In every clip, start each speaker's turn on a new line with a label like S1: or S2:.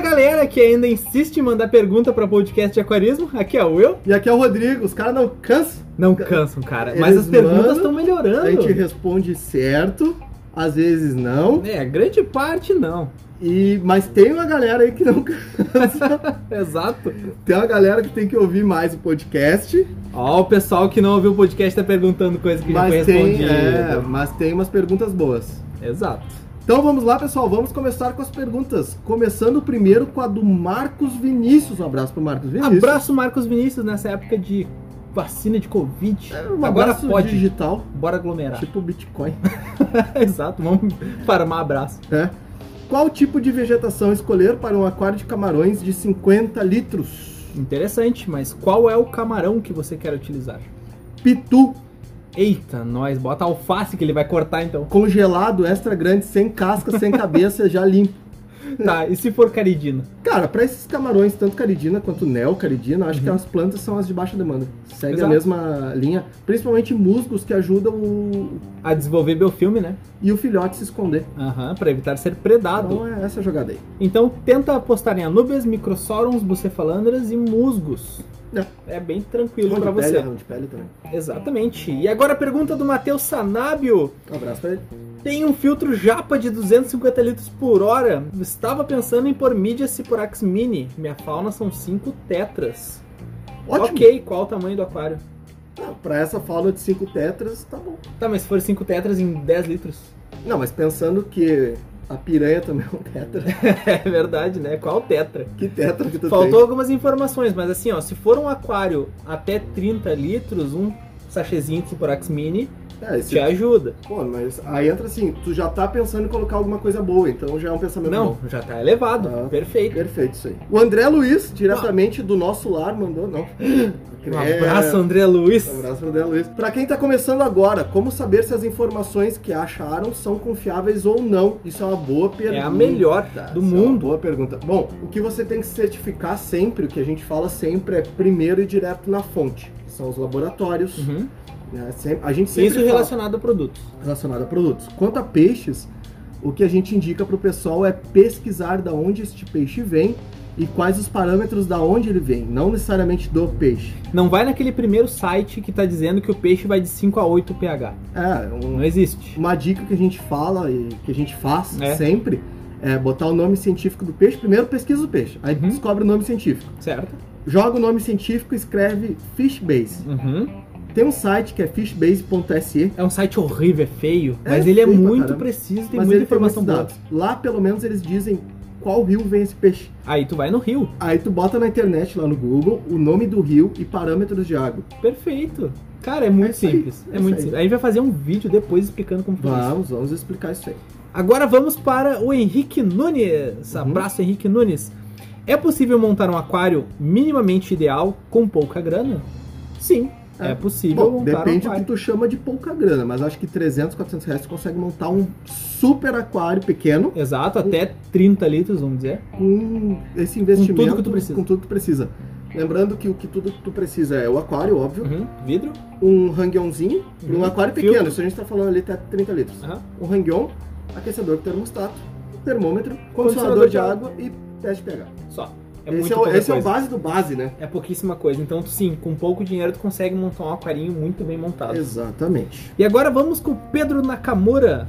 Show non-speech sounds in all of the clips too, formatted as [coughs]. S1: galera que ainda insiste em mandar pergunta pra podcast de aquarismo. Aqui é o eu.
S2: E aqui é o Rodrigo, os caras não cansam.
S1: Não cansam, cara. Mas
S2: Eles
S1: as perguntas
S2: mandam,
S1: estão melhorando.
S2: A gente responde certo, às vezes não.
S1: É, grande parte não. [laughs]
S2: E mas tem uma galera aí que não cansa.
S1: Exato.
S2: tem uma galera que tem que ouvir mais o podcast,
S1: Ó, o pessoal que não ouviu o podcast tá perguntando coisa que já foi
S2: mas tem,
S1: respondida.
S2: é, mas tem umas perguntas boas.
S1: Exato.
S2: Então vamos lá, pessoal, vamos começar com as perguntas. Começando primeiro com a do Marcos Vinícius. Um abraço pro Marcos Vinícius.
S1: Abraço, Marcos Vinícius, nessa época de vacina de Covid.
S2: É, Um
S1: Agora
S2: abraço
S1: pode.
S2: digital,
S1: Bora aglomerar. [laughs]
S2: tipo Bitcoin.
S1: Exato, vamos [laughs] farmar abraço.
S2: É. Qual tipo de vegetação escolher para um aquário de camarões de 50 litros?
S1: Interessante, mas qual é o camarão que você quer utilizar?
S2: Pitu
S1: Eita, nós, bota alface que ele vai cortar então.
S2: congelado, extra grande, sem casca, sem cabeça, [laughs] já limpo.
S1: Tá, e se for caridina?
S2: Cara, para esses camarões, tanto caridina quanto neocaridina, acho que as plantas são as de baixa demanda. Segue
S1: Uhum. Exato.
S2: a mesma linha, principalmente musgos que ajudam o...
S1: A desenvolver biofilme, né?
S2: e o filhote se esconder.
S1: Aham, pra evitar ser predado.
S2: Então é essa a jogada aí.
S1: Então tenta apostar em anubes, microsorums, bucefalandras e musgos. É, bem tranquilo pra
S2: Rão de
S1: você.
S2: pele, rão de pele também.
S1: Exatamente. E agora a pergunta do Matheus Sanábio.
S2: Um abraço pra ele.
S1: Tem um filtro japa de 250 litros por hora. Estava pensando em pôr mídia Ciporax Mini. Minha fauna são 5 tetras.
S2: Ótimo!
S1: Ok, qual o tamanho do aquário?
S2: Não, Pra essa fauna de 5 tetras, tá bom.
S1: Tá, mas se for 5 tetras em 10 litros.
S2: Não, mas pensando que a piranha também é um tetra. [laughs]
S1: [laughs] É verdade, né? Qual tetra?
S2: Que tetra que tu
S1: Faltou
S2: tem?
S1: algumas informações, mas assim, ó, se for um aquário até 30 litros, um sachêzinho de Ciporax Mini
S2: É, esse...
S1: te ajuda.
S2: Pô, mas aí entra assim, tu já tá pensando em colocar alguma coisa boa, então já é um pensamento
S1: Não,
S2: bom.
S1: já tá elevado.
S2: Ah.
S1: Perfeito.
S2: Perfeito isso aí. O André Luiz, diretamente do nosso lar, mandou, não.
S1: Um abraço, André Luiz.
S2: É. Um abraço pro André Luiz. Pra quem tá começando agora, como saber se as informações que acharam são confiáveis ou não? Isso é uma boa pergunta.
S1: É a melhor do
S2: Isso é uma
S1: mundo.
S2: boa pergunta. Bom, o que você tem que certificar sempre, o que a gente fala sempre, é primeiro e direto na fonte. que São os laboratórios.
S1: Uhum.
S2: né? Sempre- a gente sempre
S1: Isso
S2: fala-
S1: relacionado a produtos.
S2: relacionado a produtos. Quanto a peixes, o que a gente indica para o pessoal é pesquisar da onde este peixe vem e quais os parâmetros da onde ele vem, não necessariamente do peixe.
S1: Não vai naquele primeiro site que tá dizendo que o peixe vai de 5 a 8 pH.
S2: É, um-
S1: Não existe.
S2: uma dica que a gente fala e que a gente faz
S1: É.
S2: sempre é botar o nome científico do peixe. Primeiro pesquisa o peixe, aí
S1: Uhum.
S2: descobre o nome científico.
S1: Certo?
S2: Joga o nome científico e escreve Fishbase.
S1: Uhum.
S2: Tem um site que é fishbase.se,
S1: É um site horrível, é feio,
S2: É
S1: mas ele é
S2: feio pra
S1: muito
S2: caramba.
S1: preciso, tem
S2: mas
S1: muita
S2: ele tem
S1: informação
S2: muitos
S1: boa.
S2: dados. Lá, pelo menos, eles dizem qual rio vem esse peixe.
S1: Aí tu vai no rio.
S2: Aí tu bota na internet, lá no Google, o nome do rio e parâmetros de água.
S1: Perfeito. Cara, é muito
S2: É isso aí,
S1: simples.
S2: é
S1: É
S2: isso
S1: muito
S2: aí.
S1: simples. A gente vai fazer um vídeo depois explicando como fazer isso.
S2: Vamos, vamos explicar isso aí.
S1: Agora vamos para o Henrique Nunes.
S2: Uhum.
S1: Abraço, Henrique Nunes. É possível montar um aquário minimamente ideal com pouca grana? Sim, é,
S2: É.
S1: possível
S2: Bom,
S1: montar um
S2: depende do que
S1: aquário.
S2: tu chama de pouca grana, mas acho que 300, 400 reais tu consegue montar um super aquário pequeno
S1: Exato, até 30 litros, vamos dizer.
S2: com esse investimento.
S1: tudo que tu precisa.
S2: com tudo que tu precisa. Lembrando que o que tudo que tu precisa é o aquário, óbvio,
S1: Uhum. Vidro.
S2: um hang-onzinho,
S1: Uhum.
S2: um aquário pequeno,
S1: Filtro.
S2: isso a gente tá falando ali até 30 litros.
S1: Aham.
S2: Um hang-on, aquecedor com termostato, termômetro,
S1: Condicionador
S2: condicionador
S1: de
S2: de água e teste de pH.
S1: Só. É
S2: esse
S1: muito
S2: é, o,
S1: pouca
S2: esse é o
S1: coisa.
S2: base do base, né?
S1: É pouquíssima coisa. Então, tu, sim, com pouco dinheiro tu consegue montar um aquarinho muito bem montado.
S2: Exatamente.
S1: E agora vamos com o Pedro Nakamura.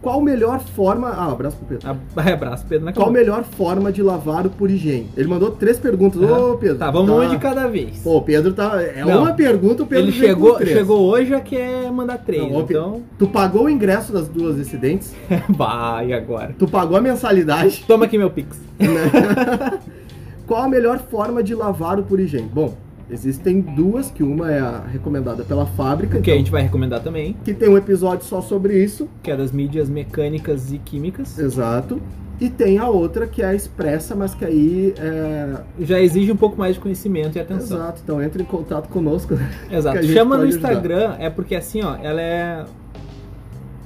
S2: Qual melhor forma. Ah, abraço pro Pedro.
S1: Ab- [laughs] Abraço, Pedro
S2: Qual
S1: Nakamura.
S2: melhor forma de lavar o por higiene? Ele mandou três perguntas.
S1: Aham.
S2: Ô, Pedro.
S1: Tá, vamos uma de cada vez.
S2: Pô, o Pedro tá. É
S1: Não.
S2: uma pergunta, o Pedro
S1: Ele
S2: vem com
S1: chegou,
S2: três.
S1: chegou hoje já quer mandar três.
S2: Não, ô, Pedro.
S1: então, [laughs]
S2: Tu pagou o ingresso das duas residentes,
S1: vai agora.
S2: tu pagou
S1: [laughs]
S2: a mensalidade.
S1: Toma aqui meu pix.
S2: né? [laughs] Qual a melhor forma de lavar o por higiene? Bom, existem duas, que uma é a recomendada pela fábrica,
S1: Que a
S2: então,
S1: gente vai recomendar também,
S2: que tem um episódio só sobre isso.
S1: que é das mídias mecânicas e químicas.
S2: Exato. E tem a outra que é a expressa, mas que aí é.
S1: Já exige um pouco mais de conhecimento e atenção.
S2: Exato, então entra em contato conosco. né?
S1: Exato.
S2: que a gente
S1: Chama no
S2: pode ajudar.
S1: Instagram, é porque assim, ó, ela é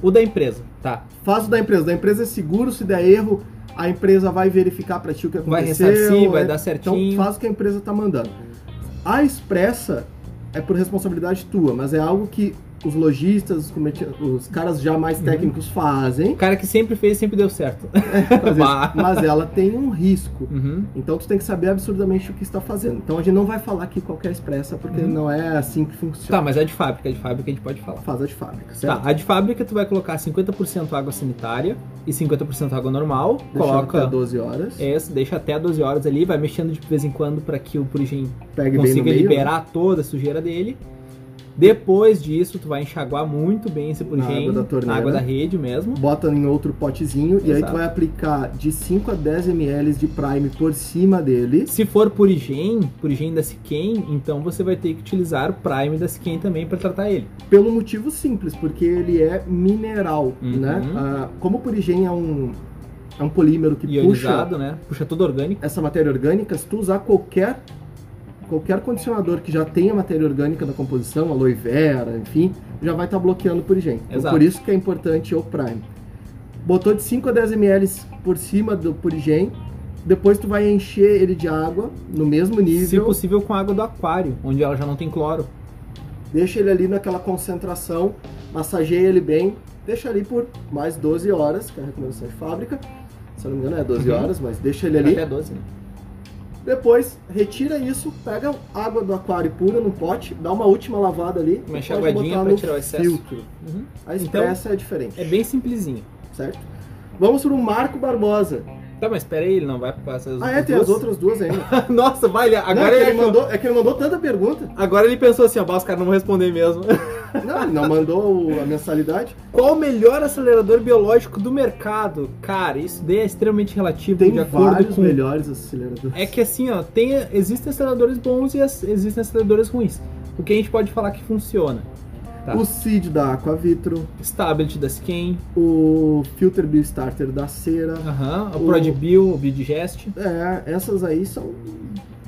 S1: o da empresa, tá?
S2: Faz o da empresa. Da empresa é seguro, se der erro, a empresa vai verificar pra ti o que
S1: Vai
S2: aconteceu.
S1: ressarcir, vai
S2: é-
S1: dar
S2: Então
S1: certinho.
S2: faz o que a empresa tá mandando. A expressa é por responsabilidade tua, mas é algo que os lojistas, os, cometi- os caras já
S1: Uhum.
S2: mais técnicos
S1: [laughs]
S2: fazem,
S1: O cara que sempre fez sempre deu certo.
S2: às vezes,
S1: Bah.
S2: mas ela tem um risco.
S1: Uhum.
S2: Então tu tem que saber absurdamente o que está fazendo. Então a gente não vai falar aqui qualquer expressa, porque
S1: Uhum.
S2: não é assim que funciona.
S1: Tá, mas é de fábrica, é de fábrica a gente pode falar.
S2: Faz a de fábrica, certo?
S1: Tá, a de fábrica tu vai colocar 50% água sanitária e 50% água normal.
S2: Deixa
S1: coloca É,
S2: até 12 horas.
S1: Isso, deixa até 12 horas ali, vai mexendo de vez em quando para que o purgem
S2: Pegue bem no
S1: consiga
S2: meio. né?
S1: liberar toda a sujeira dele. Depois disso, tu vai enxaguar muito bem esse
S2: Na
S1: purgem
S2: água da torneira.
S1: água da rede mesmo.
S2: Bota em outro potezinho e aí tu
S1: Exato.
S2: vai aplicar de 5 a 10 ml de prime por cima dele.
S1: Se for purigem, purigem da Siquem, então você vai ter que utilizar o prime da Siquem também para tratar ele.
S2: Pelo motivo simples, porque ele é mineral,
S1: Uhum.
S2: né? Ah, como o purigem é um, é um polímero que puxa
S1: Ionizado, né? Puxa tudo orgânico.
S2: essa matéria orgânica, se tu usar qualquer, qualquer condicionador que já tenha matéria orgânica na composição, aloe vera, enfim, já vai estar bloqueando o purigem. Então,
S1: Exato.
S2: por isso que é importante o prime. Botou de 5 a 10 ml por cima do purigem, depois tu vai encher ele de água no mesmo
S1: Se
S2: nível,
S1: possível, com água do aquário, onde ela já não tem cloro.
S2: deixa ele ali naquela concentração, massageia ele bem, deixa ali por mais 12 horas, que é a recomendação de fábrica. Se eu não me engano é 12
S1: Uhum.
S2: horas, mas deixa ele ali.
S1: Até 12, né?
S2: Depois, retira isso, pega água do aquário pura no pote, dá uma última lavada ali.
S1: Uma
S2: e
S1: enxaguadinha
S2: pode botar
S1: pra
S2: no
S1: tirar o excesso.
S2: Filtro.
S1: Uhum.
S2: A
S1: Então-
S2: expressa é diferente,
S1: É bem simplesinho.
S2: certo? Vamos pro Marco Barbosa.
S1: Tá, mas espera aí, ele não vai passar as
S2: Ah, é, tem as outras duas ainda.
S1: Nossa, vai, ele-
S2: Não,
S1: [laughs] agora
S2: é, que
S1: ele
S2: ele mandou, é que ele mandou tanta pergunta.
S1: Agora ele pensou assim, ó, bah, os caras não vão responder mesmo. [laughs]
S2: Não, ele não mandou o- a mensalidade.
S1: Qual o melhor acelerador biológico do mercado? Cara, isso daí é extremamente relativo
S2: Tem
S1: de acordo
S2: vários
S1: com
S2: melhores aceleradores.
S1: É que assim, ó, tem, existem aceleradores bons e as- existem aceleradores ruins. O que a gente pode falar que funciona? tá.
S2: O Seed da Aquavitro,
S1: Stability da Skin,
S2: o Filter Bill Starter da Cera.
S1: aham,
S2: O-
S1: o ProdBio, o Biodigest.
S2: É, essas aí são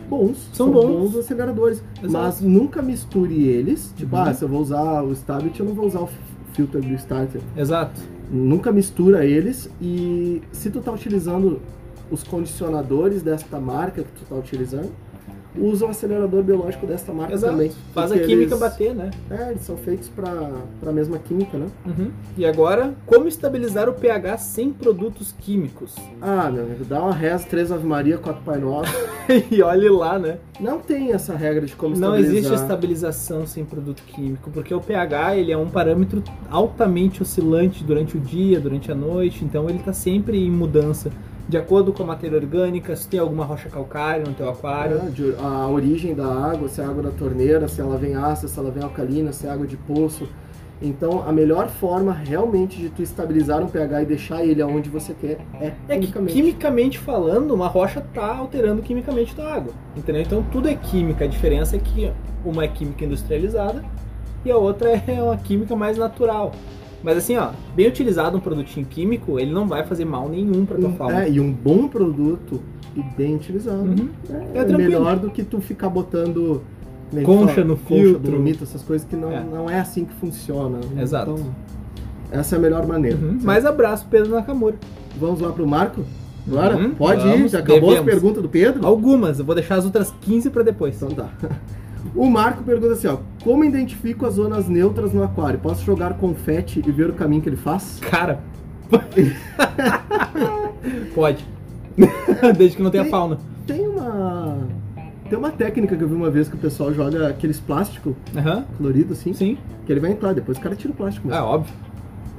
S2: bons.
S1: São bons.
S2: aceleradores.
S1: Exato.
S2: Mas nunca misture eles. Tipo,
S1: Uhum.
S2: ah, se eu vou usar o Stabit, eu não vou usar o f- filter do Starter.
S1: Exato.
S2: Nunca mistura eles. E se tu tá utilizando os condicionadores desta marca que tu tá utilizando, usa o acelerador biológico desta marca
S1: Exato.
S2: também.
S1: Faz
S2: porque
S1: a química
S2: eles-
S1: bater, né?
S2: É, eles são feitos para a mesma química, né?
S1: Uhum. E agora, como estabilizar o pH sem produtos químicos? [laughs]
S2: Ah, meu amigo, dá uma reza, três Ave Maria, quatro Pai Nosso.
S1: e olhe lá, né?
S2: Não tem essa regra de como
S1: Não
S2: estabilizar.
S1: existe estabilização sem produto químico, porque o pH ele é um parâmetro altamente oscilante durante o dia, durante a noite, então ele está sempre em mudança de acordo com a matéria orgânica, se tem alguma rocha calcária no teu aquário.
S2: É, de- a origem da água, se é água da torneira, se ela vem ácida, se ela vem alcalina, se é água de poço. Então, a melhor forma realmente de tu estabilizar um pH e deixar ele aonde você quer é
S1: É que,
S2: quimicamente.
S1: quimicamente falando, uma rocha está alterando quimicamente tua água, entendeu? Então tudo é química, a diferença é que uma é química industrializada e a outra [laughs] é uma química mais natural. Mas assim, ó, bem utilizado um produtinho químico, ele não vai fazer mal nenhum para tua
S2: Um,
S1: fauna.
S2: é, e um bom produto e bem utilizado
S1: Uhum.
S2: é,
S1: É tranquilo.
S2: melhor do que tu ficar botando como é que
S1: Concha
S2: fala?
S1: no
S2: concha,
S1: filtro.
S2: Dolomito, essas coisas que não
S1: É.
S2: é. não é assim que funciona.
S1: Exato.
S2: Então, essa é a melhor maneira.
S1: Uhum. Mas abraço, Pedro Nakamura.
S2: Vamos lá pro Marco? Bora?
S1: Uhum,
S2: Pode ir,
S1: vamos,
S2: já acabou as
S1: devemos.
S2: perguntas do Pedro?
S1: Algumas, eu vou deixar as outras 15 pra depois.
S2: Então tá. [laughs] O Marco pergunta assim, ó. Como identifico as zonas neutras no aquário? Posso jogar confete e ver o caminho que ele faz? [laughs]
S1: Cara. Pode. [laughs] Desde que não tenha
S2: Tem-
S1: fauna.
S2: Tem uma... Tem uma técnica que eu vi uma vez que o pessoal joga aqueles plásticos
S1: Aham.
S2: colorido assim,
S1: Sim. Ah.
S2: que ele vai entrar, depois o cara tira o plástico.
S1: É
S2: mesmo.
S1: óbvio.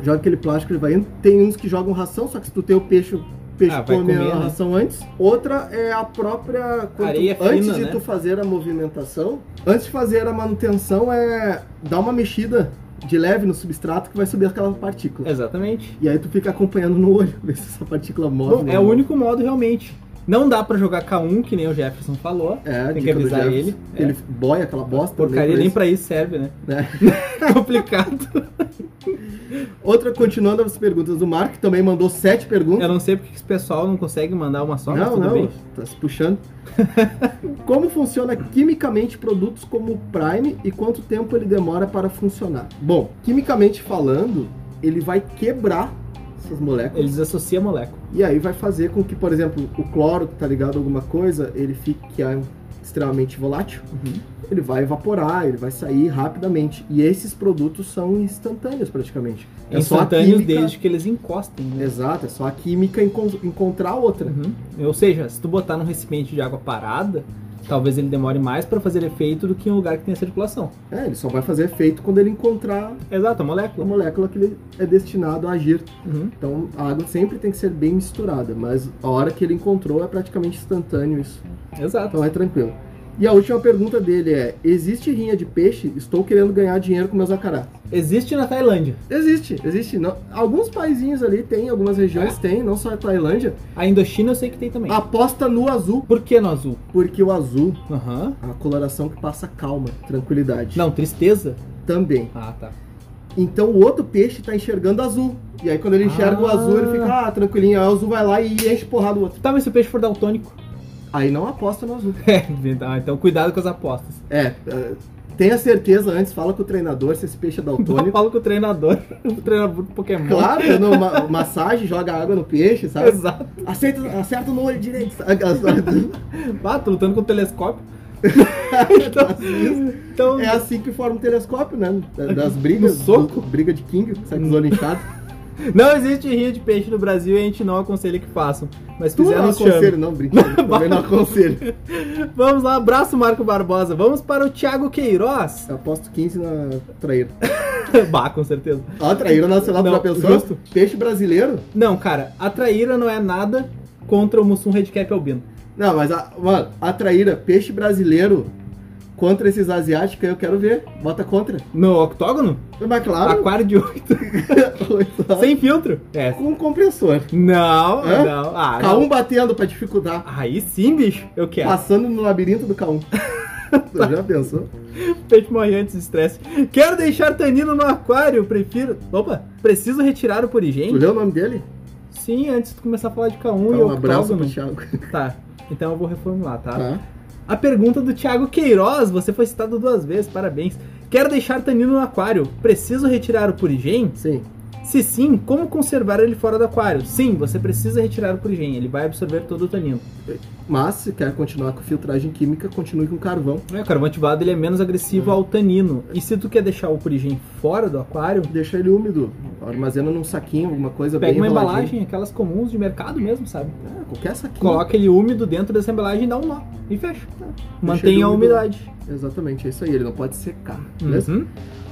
S2: Joga aquele plástico, ele vai indo. Tem uns que jogam ração, só que se tu tem o peixe, o peixe
S1: Ah, vai
S2: come
S1: comer,
S2: a
S1: né?
S2: ração antes. Outra é a própria... quando tu-
S1: Areia fina,
S2: antes de
S1: né?
S2: tu fazer a movimentação, antes de fazer a manutenção, é dar uma mexida de leve no substrato que vai subir aquela partícula.
S1: Exatamente.
S2: E aí tu fica acompanhando no olho, [laughs] ver se essa partícula move.
S1: Bom,
S2: né?
S1: é o único modo realmente. Não dá pra jogar K1, que nem o Jefferson falou.
S2: É,
S1: Tem que
S2: dica do
S1: avisar
S2: Jefferson.
S1: ele, é.
S2: Ele boia aquela bosta. né,
S1: Porcaria nem
S2: lembra
S1: pra isso serve, né?
S2: isso, né?
S1: [laughs] Complicado.
S2: Outra, continuando as perguntas do Marco, que também mandou sete perguntas.
S1: Eu não sei porque esse pessoal não consegue mandar uma É, só, mas
S2: não,
S1: tudo
S2: não,
S1: bem.
S2: tá se puxando. [laughs] como funciona quimicamente produtos como o Prime e quanto tempo ele demora para funcionar? Bom, quimicamente falando, ele vai quebrar essas moléculas.
S1: Ele desassociam a molécula.
S2: E aí vai fazer com que, por exemplo, o cloro que tá ligado a alguma coisa, ele fique a- extremamente volátil,
S1: Uhum.
S2: ele vai evaporar, ele vai sair rapidamente. E esses produtos são instantâneos praticamente. É só a
S1: Instantâneos
S2: química-
S1: desde que eles encostem. Né?
S2: Exato, é só a química encon- encontrar outra.
S1: Uhum. Ou seja, se tu botar num recipiente de água parada, talvez ele demore mais pra fazer efeito do que em um lugar que tenha circulação.
S2: É, ele só vai fazer efeito quando ele encontrar
S1: Exato, a
S2: a
S1: molécula.
S2: molécula que ele é destinado a agir.
S1: Uhum.
S2: Então a água sempre tem que ser bem misturada, mas a hora que ele encontrou é praticamente instantâneo isso.
S1: Exato.
S2: Então é tranquilo. E a última pergunta dele é: existe rinha de peixe? Estou querendo ganhar dinheiro com meus acará.
S1: Existe na Tailândia.
S2: Existe, existe. Não- alguns paizinhos ali tem, algumas regiões tem, não só a Tailândia.
S1: A Indochina eu sei que tem
S2: Ah.
S1: também.
S2: Aposta no azul,
S1: Por que no azul?
S2: porque o azul,
S1: Aham.
S2: é a coloração que passa calma, tranquilidade.
S1: Não, tristeza?
S2: Também.
S1: Ah, tá.
S2: Então o outro peixe tá enxergando azul. E aí quando ele enxerga o
S1: Ah.
S2: azul, ele fica, ah, tranquilinho. Aí o azul vai lá e enche porrada do outro.
S1: Tá, mas se o peixe for daltônico. [laughs]
S2: Aí não aposta no azul.
S1: É, ah, então cuidado com as apostas.
S2: É, é, tenha certeza antes, fala com o treinador se esse peixe é
S1: Eu
S2: daltônico.
S1: falo com tá o treinador, [laughs] o treinador do Pokémon.
S2: Claro, tá. não, ma- massagem, joga água no peixe, sabe?
S1: Exato.
S2: Aceita, acerta no olho direito. sabe?
S1: Ah, tô lutando com o telescópio. então, então
S2: É assim que forma o telescópio, né? Da- Das brigas.
S1: No soco?
S2: do- briga de King, sai com os olhos inchados.
S1: não existe rinha de peixe no Brasil e a gente não aconselha que façam. Mas
S2: Tu
S1: fizeram
S2: não
S1: nos chame.
S2: aconselho, não, brincadeira. Também não aconselho.
S1: Vamos lá, abraço Marco Barbosa. Vamos para o Thiago Queiroz. [laughs]
S2: Eu aposto 15 na traíra.
S1: bah, com certeza.
S2: Ó, a traíra nacional
S1: Não,
S2: pra pessoa.
S1: justo.
S2: Peixe brasileiro?
S1: Não, cara, a traíra não é nada contra o Mussum Redcap Albino.
S2: Não, mas a, mano, a traíra, peixe brasileiro contra esses asiáticos, eu quero ver. Bota contra.
S1: No octógono?
S2: Mas [laughs] claro,
S1: Aquário de 8. sem filtro? É.
S2: com compressor.
S1: Não,
S2: Hã?
S1: não. Ah, não.
S2: K1 batendo pra dificultar.
S1: Aí sim, bicho. Eu quero.
S2: Passando no labirinto
S1: [laughs]
S2: do K1. Tu já pensou?
S1: Peixe morre antes do estresse. Quero deixar Tanino no aquário, prefiro. Opa, preciso retirar o
S2: Tu
S1: Purigem?
S2: leu o nome dele?
S1: Sim, antes de começar a falar de K1
S2: Dá
S1: e
S2: um abraço pro
S1: octógono.
S2: Thiago.
S1: Tá, então eu vou reformular, tá?
S2: Tá.
S1: A pergunta do Thiago Queiroz, você foi citado duas vezes, parabéns. Quero deixar Tanino no aquário, preciso retirar o Purigem?
S2: Sim.
S1: Se sim, como conservar ele fora do aquário? Sim, você precisa retirar o Purigem, ele vai absorver todo o tanino.
S2: Mas se quer continuar com filtragem química, continue com carvão.
S1: É, o carvão ativado ele é menos agressivo ao tanino. E se tu quer deixar o Purigem fora do aquário,
S2: Deixa ele úmido. Armazena num saquinho, alguma coisa
S1: Pega
S2: bem
S1: uma
S2: enroladinha.
S1: embalagem, aquelas comuns de mercado mesmo, sabe?
S2: É, qualquer saquinho.
S1: Coloca ele úmido dentro dessa embalagem e dá um nó. E fecha.
S2: Tá. ele
S1: Mantém a
S2: úmido.
S1: umidade.
S2: Exatamente, é isso aí. Ele não pode secar. Beleza?
S1: Uhum.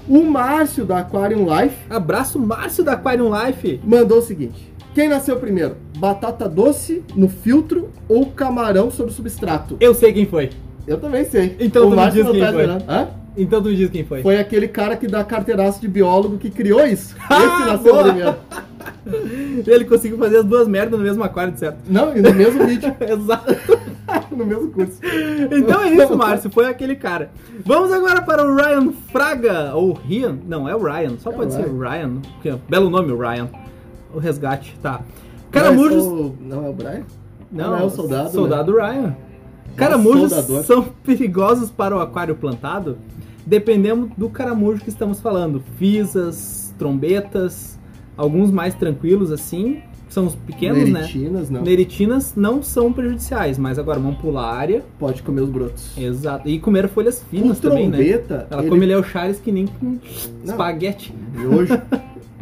S2: O Márcio da Aquarium Life
S1: Abraço Márcio da Aquarium Life.
S2: mandou o seguinte: Quem nasceu primeiro? Batata doce no filtro ou camarão sobre substrato?
S1: Eu sei quem foi.
S2: Eu também sei.
S1: Então tu
S2: o
S1: me
S2: Márcio
S1: diz
S2: não
S1: quem
S2: tá
S1: foi.
S2: esperando. Hã?
S1: Então tu me diz quem foi.
S2: Foi aquele cara que dá carteiraço de biólogo que criou isso.
S1: [laughs] Ah,
S2: Esse nasceu
S1: boa.
S2: primeiro.
S1: Então Ele conseguiu fazer as duas merdas no mesmo aquário, de certo? [laughs]
S2: Não, e no mesmo vídeo, [laughs]
S1: Exato.
S2: no mesmo curso.
S1: Então é isso, Márcio. Foi aquele cara. Vamos agora para o Ryan Fraga. Ou Ryan. Não, é o Ryan. Só
S2: É o
S1: pode ser
S2: Ryan.
S1: o Ryan. porque é um Belo nome, o Ryan. O resgate, tá.
S2: Caramujos.
S1: Caramujos.
S2: Não é o Brian? é Não, é o soldado, né? É
S1: Soldado Ryan. Caramujos
S2: soldador.
S1: são perigosos para o aquário plantado? Dependendo do caramujo que estamos falando. Fisas, trombetas, alguns mais tranquilos assim, são os pequenos, né?
S2: Neritinas, não.
S1: Neritinas não são prejudiciais, mas agora vão pular a área.
S2: Pode comer os brotos.
S1: Exato. E comer folhas
S2: O
S1: finas também, né?
S2: trombeta,
S1: Ela
S2: ele-
S1: come Leochares que nem com
S2: Não.
S1: espaguete.
S2: miojo,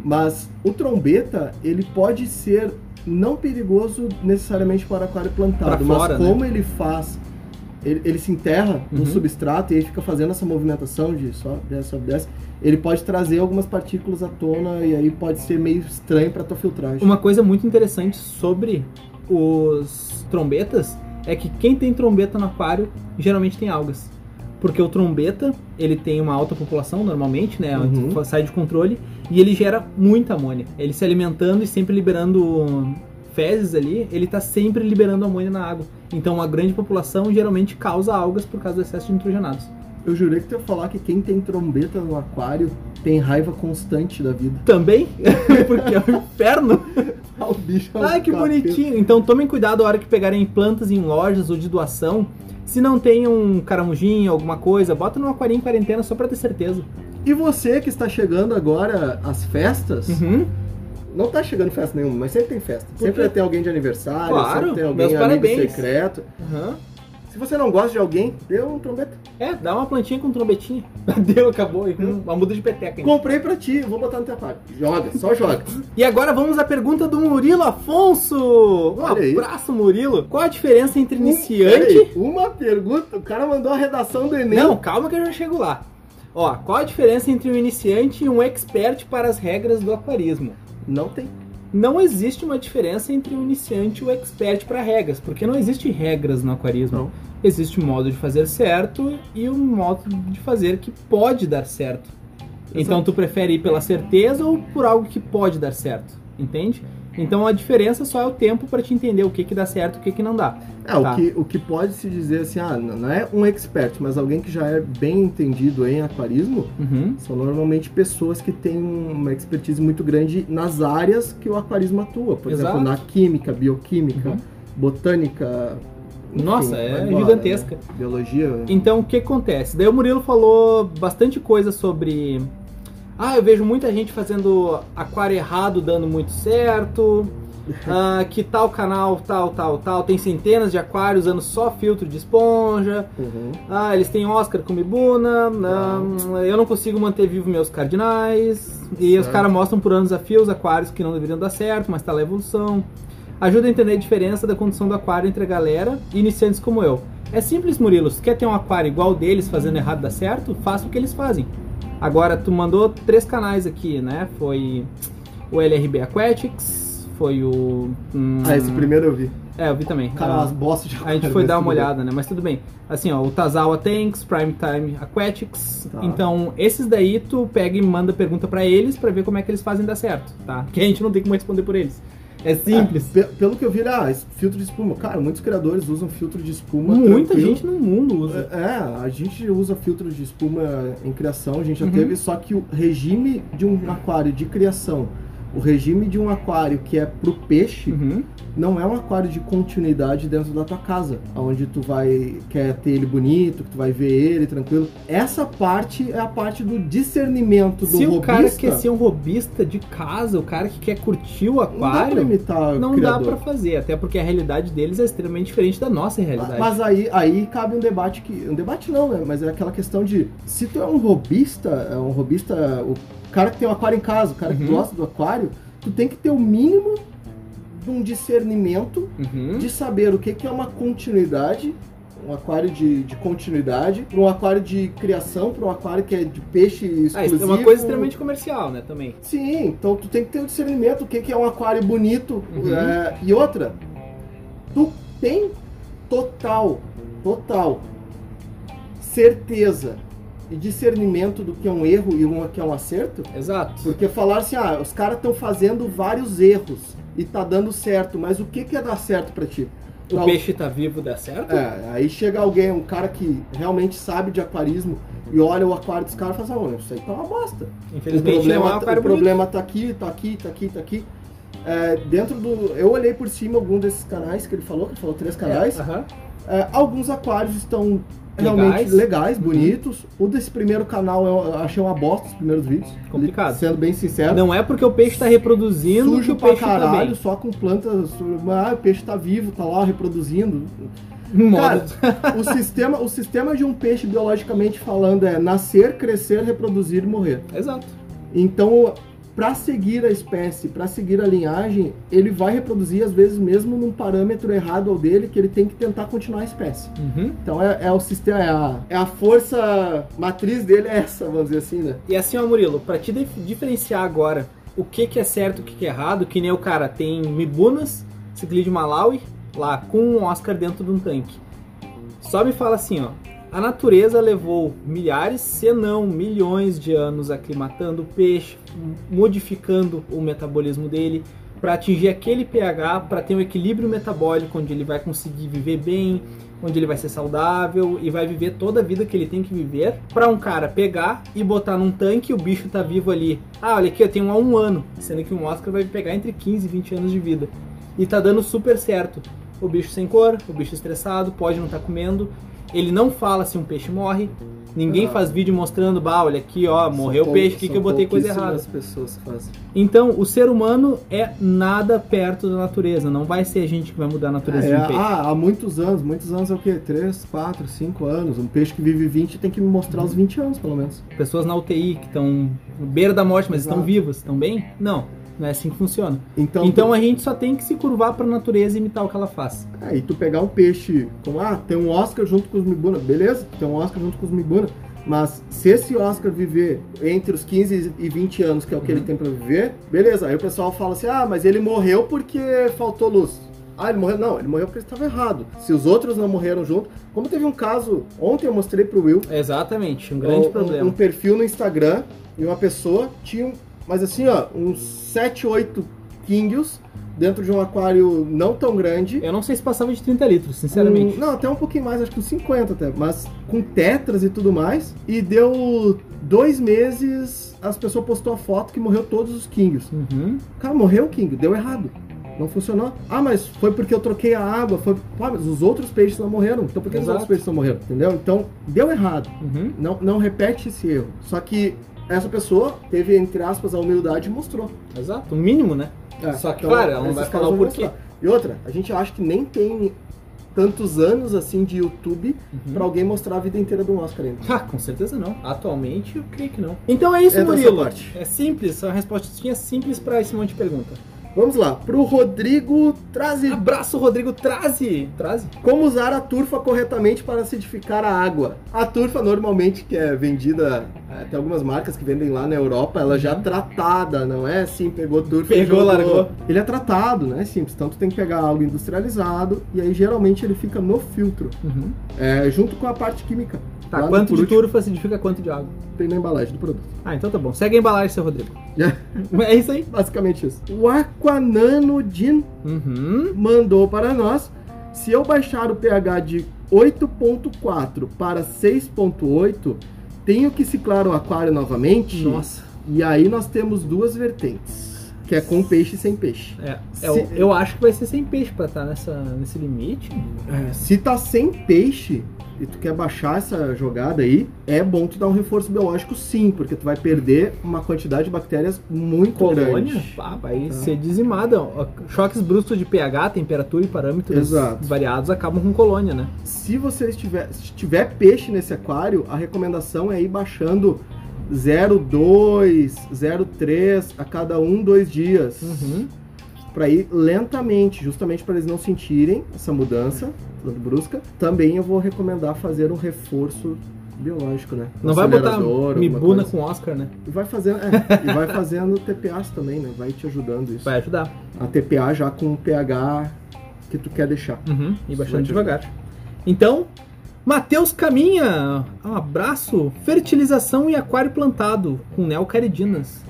S2: mas o trombeta, ele pode ser não perigoso necessariamente para aquário plantado,
S1: Pra
S2: mas
S1: fora, né?
S2: como ele faz, ele, ele se enterra no
S1: Uhum.
S2: substrato e aí fica fazendo essa movimentação de só desce, sobe, desce, ele pode trazer algumas partículas à tona e aí pode ser meio estranho para tua filtragem.
S1: Uma coisa muito interessante sobre os trombetas é que quem tem trombeta no aquário geralmente tem algas. Porque o trombeta, ele tem uma alta população normalmente, né?
S2: Uhum.
S1: fa- Sai de controle e ele gera muita amônia. Ele se alimentando e sempre liberando fezes ali, ele tá sempre liberando amônia na água. Então uma grande população geralmente causa algas por causa do excesso de nitrogenados.
S2: Eu jurei que tu ia falar que quem tem trombeta no aquário tem raiva constante da vida.
S1: Também, [laughs] porque é o inferno.
S2: Ah, o bicho é um
S1: Ai, que
S2: capeta.
S1: bonitinho. Então tomem cuidado a hora que pegarem plantas em lojas ou de doação. Se não tem um caramujinho, alguma coisa, bota num aquarinho em quarentena só pra ter certeza.
S2: E você que está chegando agora às festas,
S1: Uhum.
S2: Não tá chegando festa nenhuma, mas sempre tem festa.
S1: Por
S2: Sempre
S1: quê?
S2: tem alguém de aniversário,
S1: Claro,
S2: sempre tem alguém
S1: meus
S2: amigo
S1: parabéns.
S2: secreto.
S1: Aham.
S2: Se Se você não gosta de alguém, dê um trombeta.
S1: É, dá uma plantinha com trombetinha. [laughs] Deu, acabou. e
S2: Hum.
S1: Uma muda de peteca. ainda.
S2: Comprei pra ti, vou botar no teu aquário. Joga, só [laughs] joga.
S1: E agora vamos à pergunta do Murilo Afonso. Um
S2: Olha aí. Hum,
S1: abraço, Murilo. Qual a diferença entre iniciante
S2: Peraí, uma pergunta, o cara mandou a redação do Enem.
S1: Não, calma que eu já chego lá. Ó, qual a diferença entre um iniciante e um expert para as regras do aquarismo?
S2: Não tem.
S1: Não existe uma diferença entre o iniciante e o expert para regras, porque não existe regras no aquarismo.
S2: Não.
S1: Existe um modo de fazer certo e um modo de fazer que pode dar certo. Então tu prefere ir pela certeza ou por algo que pode dar certo, entende? Então a diferença só é o tempo para te entender o que que dá certo, o que que não dá.
S2: É,
S1: Tá.
S2: o, que, o que pode se dizer assim, ah, n- não é um expert, mas alguém que já é bem entendido em aquarismo,
S1: Uhum.
S2: são normalmente pessoas que têm uma expertise muito grande nas áreas que o aquarismo atua. Por
S1: Exato.
S2: exemplo, na química, bioquímica,
S1: Uhum.
S2: botânica. enfim,
S1: Nossa,
S2: vai
S1: é
S2: embora,
S1: gigantesca.
S2: né? Biologia.
S1: Então, o que acontece? Daí o Murilo falou bastante coisa sobre. Ah, eu vejo muita gente fazendo aquário errado dando muito certo. ah, que tal canal, tal, tal, tal. Tem centenas de aquários usando só filtro de esponja.
S2: Uhum.
S1: Ah, eles têm Oscar com Mibuna. ah, eu não consigo manter vivo meus cardinais. E os
S2: Certo.
S1: caras mostram por anos a fio os aquários que não deveriam dar certo, mas tá lá a evolução. Ajuda a entender a diferença da condição do aquário entre a galera e iniciantes como eu. É simples, Murilo. Se quer ter um aquário igual deles, fazendo errado dá certo, faça o que eles fazem. Agora, tu mandou três canais aqui, né? Foi o LRB Aquatics, foi o... hum,
S2: Ah, esse primeiro eu vi.
S1: É, eu vi também.
S2: Cara,
S1: Ah,
S2: umas bostas de
S1: a gente
S2: aquário,
S1: foi
S2: mas
S1: dar uma
S2: tudo bem.
S1: olhada, né? Mas tudo bem. Assim, ó, o Tazawa Tanks, Primetime Aquatics.
S2: Tá.
S1: Então, esses daí tu pega e manda pergunta pra eles pra ver como é que eles fazem dar certo, tá? Que a gente não tem como responder por eles. É simples.
S2: Ah, Pe- Pelo que eu vi, ele, ah, esse filtro de espuma. Cara, muitos criadores usam filtro de espuma.
S1: Muita
S2: tranquilo.
S1: gente no mundo usa.
S2: É, a gente usa filtro de espuma em criação, a gente já
S1: Uhum.
S2: teve, só que o regime de um aquário de criação, o regime de um aquário que é pro peixe,
S1: Uhum.
S2: não é um aquário de continuidade dentro da tua casa, onde tu vai quer ter ele bonito, que tu vai ver ele tranquilo. Essa parte é a parte do discernimento do
S1: Se o cara
S2: robista,
S1: quer ser um robista de casa, o cara que quer curtir o
S2: não dá pra
S1: aquário,
S2: imitar o
S1: não dá
S2: criador.
S1: pra fazer. Até porque a realidade deles é extremamente diferente da nossa realidade.
S2: Mas aí, aí cabe um debate que. Um debate não, né? Mas é aquela questão de se tu é um robista, é um robista. O cara que tem um aquário em casa, o cara que
S1: Uhum.
S2: gosta do aquário, tu tem que ter o mínimo de um discernimento
S1: Uhum.
S2: de saber o que, que é uma continuidade. Um aquário de, de continuidade, pra um aquário de criação, pra um aquário que é de peixe
S1: Ah, isso
S2: exclusivo.
S1: é uma coisa extremamente comercial, né? Também.
S2: Sim, então tu tem que ter o discernimento, o que, que é um aquário bonito.
S1: Uhum.
S2: é, e outra, tu tem total, total certeza e discernimento do que é um erro e um que é um acerto?
S1: Exato.
S2: Porque falar assim, ah, os caras estão fazendo vários erros e tá dando certo, mas o que, que é dar certo pra ti?
S1: O
S2: Tal-
S1: peixe tá vivo, dá certo?
S2: é, aí chega alguém, um cara que realmente sabe de aquarismo e olha o aquário dos caras e fala assim, ah, isso aí tá uma bosta. O
S1: Infelizmente não é um
S2: problema,
S1: aquário
S2: o problema tá aqui, tá aqui, tá aqui, tá aqui. É, dentro do. Eu olhei por cima algum desses canais que ele falou, que ele falou três
S1: bonito.
S2: canais.
S1: É, aham.
S2: É, alguns aquários estão
S1: Legais. Uhum.
S2: realmente legais, bonitos. O desse primeiro canal eu achei uma bosta os primeiros vídeos.
S1: Complicado.
S2: Sendo bem sincero.
S1: Não é porque o peixe está reproduzindo que
S2: Sujo
S1: o
S2: pra
S1: peixe tá
S2: caralho,
S1: bem.
S2: só com plantas. Ah, o peixe tá vivo, tá lá reproduzindo.
S1: Modo-
S2: O sistema, o sistema de um peixe, biologicamente falando, é nascer, crescer, reproduzir e morrer.
S1: [laughs] Exato.
S2: Então, para seguir a espécie, para seguir a linhagem, ele vai reproduzir, às vezes, mesmo num parâmetro errado ao dele, que ele tem que tentar continuar a espécie.
S1: Uhum.
S2: Então, é, é o sistema, é a, é a força matriz dele, é essa, vamos dizer assim, né?
S1: E assim, ó, Murilo, pra te dif- diferenciar agora o que que é certo e o que que é errado, que nem o cara tem Mibunas, Ciclide de Malawi, lá com um Oscar dentro de um tanque. Só me fala assim, ó. A natureza levou milhares, se não milhões de anos aclimatando o peixe, m- modificando o metabolismo dele para atingir aquele pH, para ter um equilíbrio metabólico onde ele vai conseguir viver bem, onde ele vai ser saudável e vai viver toda a vida que ele tem que viver. Pra um cara pegar e botar num tanque, o bicho tá vivo ali. Ah, olha aqui, eu tenho há um ano, sendo que um Oscar vai pegar entre 15 e 20 anos de vida. E tá dando super certo. tá O bicho sem cor, o bicho estressado, pode não estar comendo. Ele não fala se um peixe morre. Ninguém
S2: Exato.
S1: faz vídeo mostrando, bah, olha aqui, ó, morreu o
S2: São
S1: peixe
S2: pou-
S1: aqui que
S2: são
S1: eu botei coisa
S2: pouquíssimas
S1: errada.
S2: pessoas fazem.
S1: Então, o ser humano é nada perto da natureza. Não vai ser a gente que vai mudar a natureza
S2: É,
S1: de um peixe.
S2: ah, há muitos anos, muitos anos é o quê? 3, 4, 5 anos. Um peixe que vive 20 tem que me mostrar os 20 anos, pelo menos.
S1: Pessoas na UTI que estão beira da morte, mas estão
S2: Exato.
S1: vivas, estão bem? Não, não é assim que funciona.
S2: Então,
S1: Então a gente só tem que se curvar pra natureza e imitar o que ela faz.
S2: É, e tu pegar um peixe, como, ah, tem um Oscar junto com os Mibuna, beleza, tem um Oscar junto com os Mibuna, mas se esse Oscar viver entre os 15 e 20 anos, que é o que
S1: Uhum.
S2: ele tem pra viver, beleza, aí o pessoal fala assim, ah, mas ele morreu porque faltou luz. Ah, ele morreu? Não, ele morreu porque ele estava errado. Se os outros não morreram junto, como teve um caso, ontem eu mostrei pro Will,
S1: Exatamente, um grande
S2: um,
S1: problema.
S2: Um perfil no Instagram e uma pessoa tinha, um- mas assim, ó, uns 7, 8 quinguios dentro de um aquário não tão grande.
S1: Eu não sei se passava de 30 litros, sinceramente.
S2: Com- não, até um pouquinho mais, acho que uns 50 até, mas com tetras e tudo mais. E deu dois meses, as pessoas postou a foto que morreu todos os Kings.
S1: Uhum.
S2: Cara, morreu o King, deu errado. Não funcionou. Ah, mas foi porque eu troquei a água, foi. Ah, mas os outros peixes não morreram. Então por que os
S1: Exato.
S2: outros peixes não morreram? Entendeu? Então, deu errado.
S1: Uhum.
S2: Não, não repete esse erro. Só que essa pessoa teve, entre aspas, a humildade e mostrou.
S1: Exato, o mínimo, né? Só que, claro, ela não
S2: É, então,
S1: vai
S2: esses caras
S1: falar o
S2: vão
S1: porquê.
S2: mostrar. E outra, a gente acha que nem tem tantos anos assim de YouTube
S1: Uhum.
S2: pra alguém mostrar a vida inteira do Oscar ainda.
S1: Ah, com certeza não. Atualmente eu creio que não. Então é isso,
S2: Entra essa
S1: Murilo.
S2: parte.
S1: É simples, a respostinha simples pra esse monte de pergunta.
S2: Vamos lá, pro Rodrigo Trazi.
S1: Abraço, Rodrigo. Traze! Traze?
S2: Como usar a turfa corretamente para acidificar a água? A turfa normalmente que é vendida, é, tem algumas marcas que vendem lá na Europa, ela já é tratada, não é assim, pegou turfa e
S1: Uhum. Pegou,
S2: jogou.
S1: largou.
S2: Ele é tratado, né? Simples, então tu tem que pegar algo industrializado e aí geralmente ele fica no filtro,
S1: Uhum.
S2: é, junto com a parte química.
S1: Tá,
S2: Lá no
S1: quanto de
S2: Purut
S1: turfa significa quanto de água?
S2: Tem na embalagem do produto.
S1: Ah, então tá bom. Segue a embalagem, seu Rodrigo. [laughs] É isso aí.
S2: Basicamente isso. O Aquanano Din
S1: Uhum.
S2: mandou para nós. Se eu baixar o pH de 8.4 para 6.8, tenho que ciclar o aquário novamente?
S1: Nossa.
S2: E aí nós temos duas vertentes, que é com peixe e sem peixe.
S1: É,
S2: Se-
S1: eu, eu acho que vai ser sem peixe pra estar nessa, nesse limite. É.
S2: Se tá sem peixe e tu quer baixar essa jogada aí, é bom tu dar um reforço biológico sim, porque tu vai perder uma quantidade de bactérias muito
S1: Colônia
S2: grande.
S1: pá, vai
S2: Tá.
S1: ser dizimada. Choques bruscos de pH, temperatura e parâmetros
S2: Exato.
S1: variados acabam com colônia, né?
S2: Se você estiver, se tiver peixe nesse aquário, a recomendação é ir baixando 0,2, 0,3 a cada um, dois dias.
S1: Uhum.
S2: Pra ir lentamente, justamente para eles não sentirem essa mudança tanto brusca. Também eu vou recomendar fazer um reforço biológico, né? Um
S1: Não vai botar
S2: acelerador, alguma
S1: mibuna
S2: coisa. assim.
S1: com Oscar, né?
S2: E vai fazendo, é, e vai fazendo TPAs também, né? Vai te ajudando isso.
S1: Vai ajudar.
S2: A TPA já com o pH que tu quer deixar.
S1: Uhum, e
S2: Isso
S1: baixando
S2: vai te
S1: devagar. Então, Matheus Caminha, um abraço. Fertilização e aquário plantado com neocaridinas.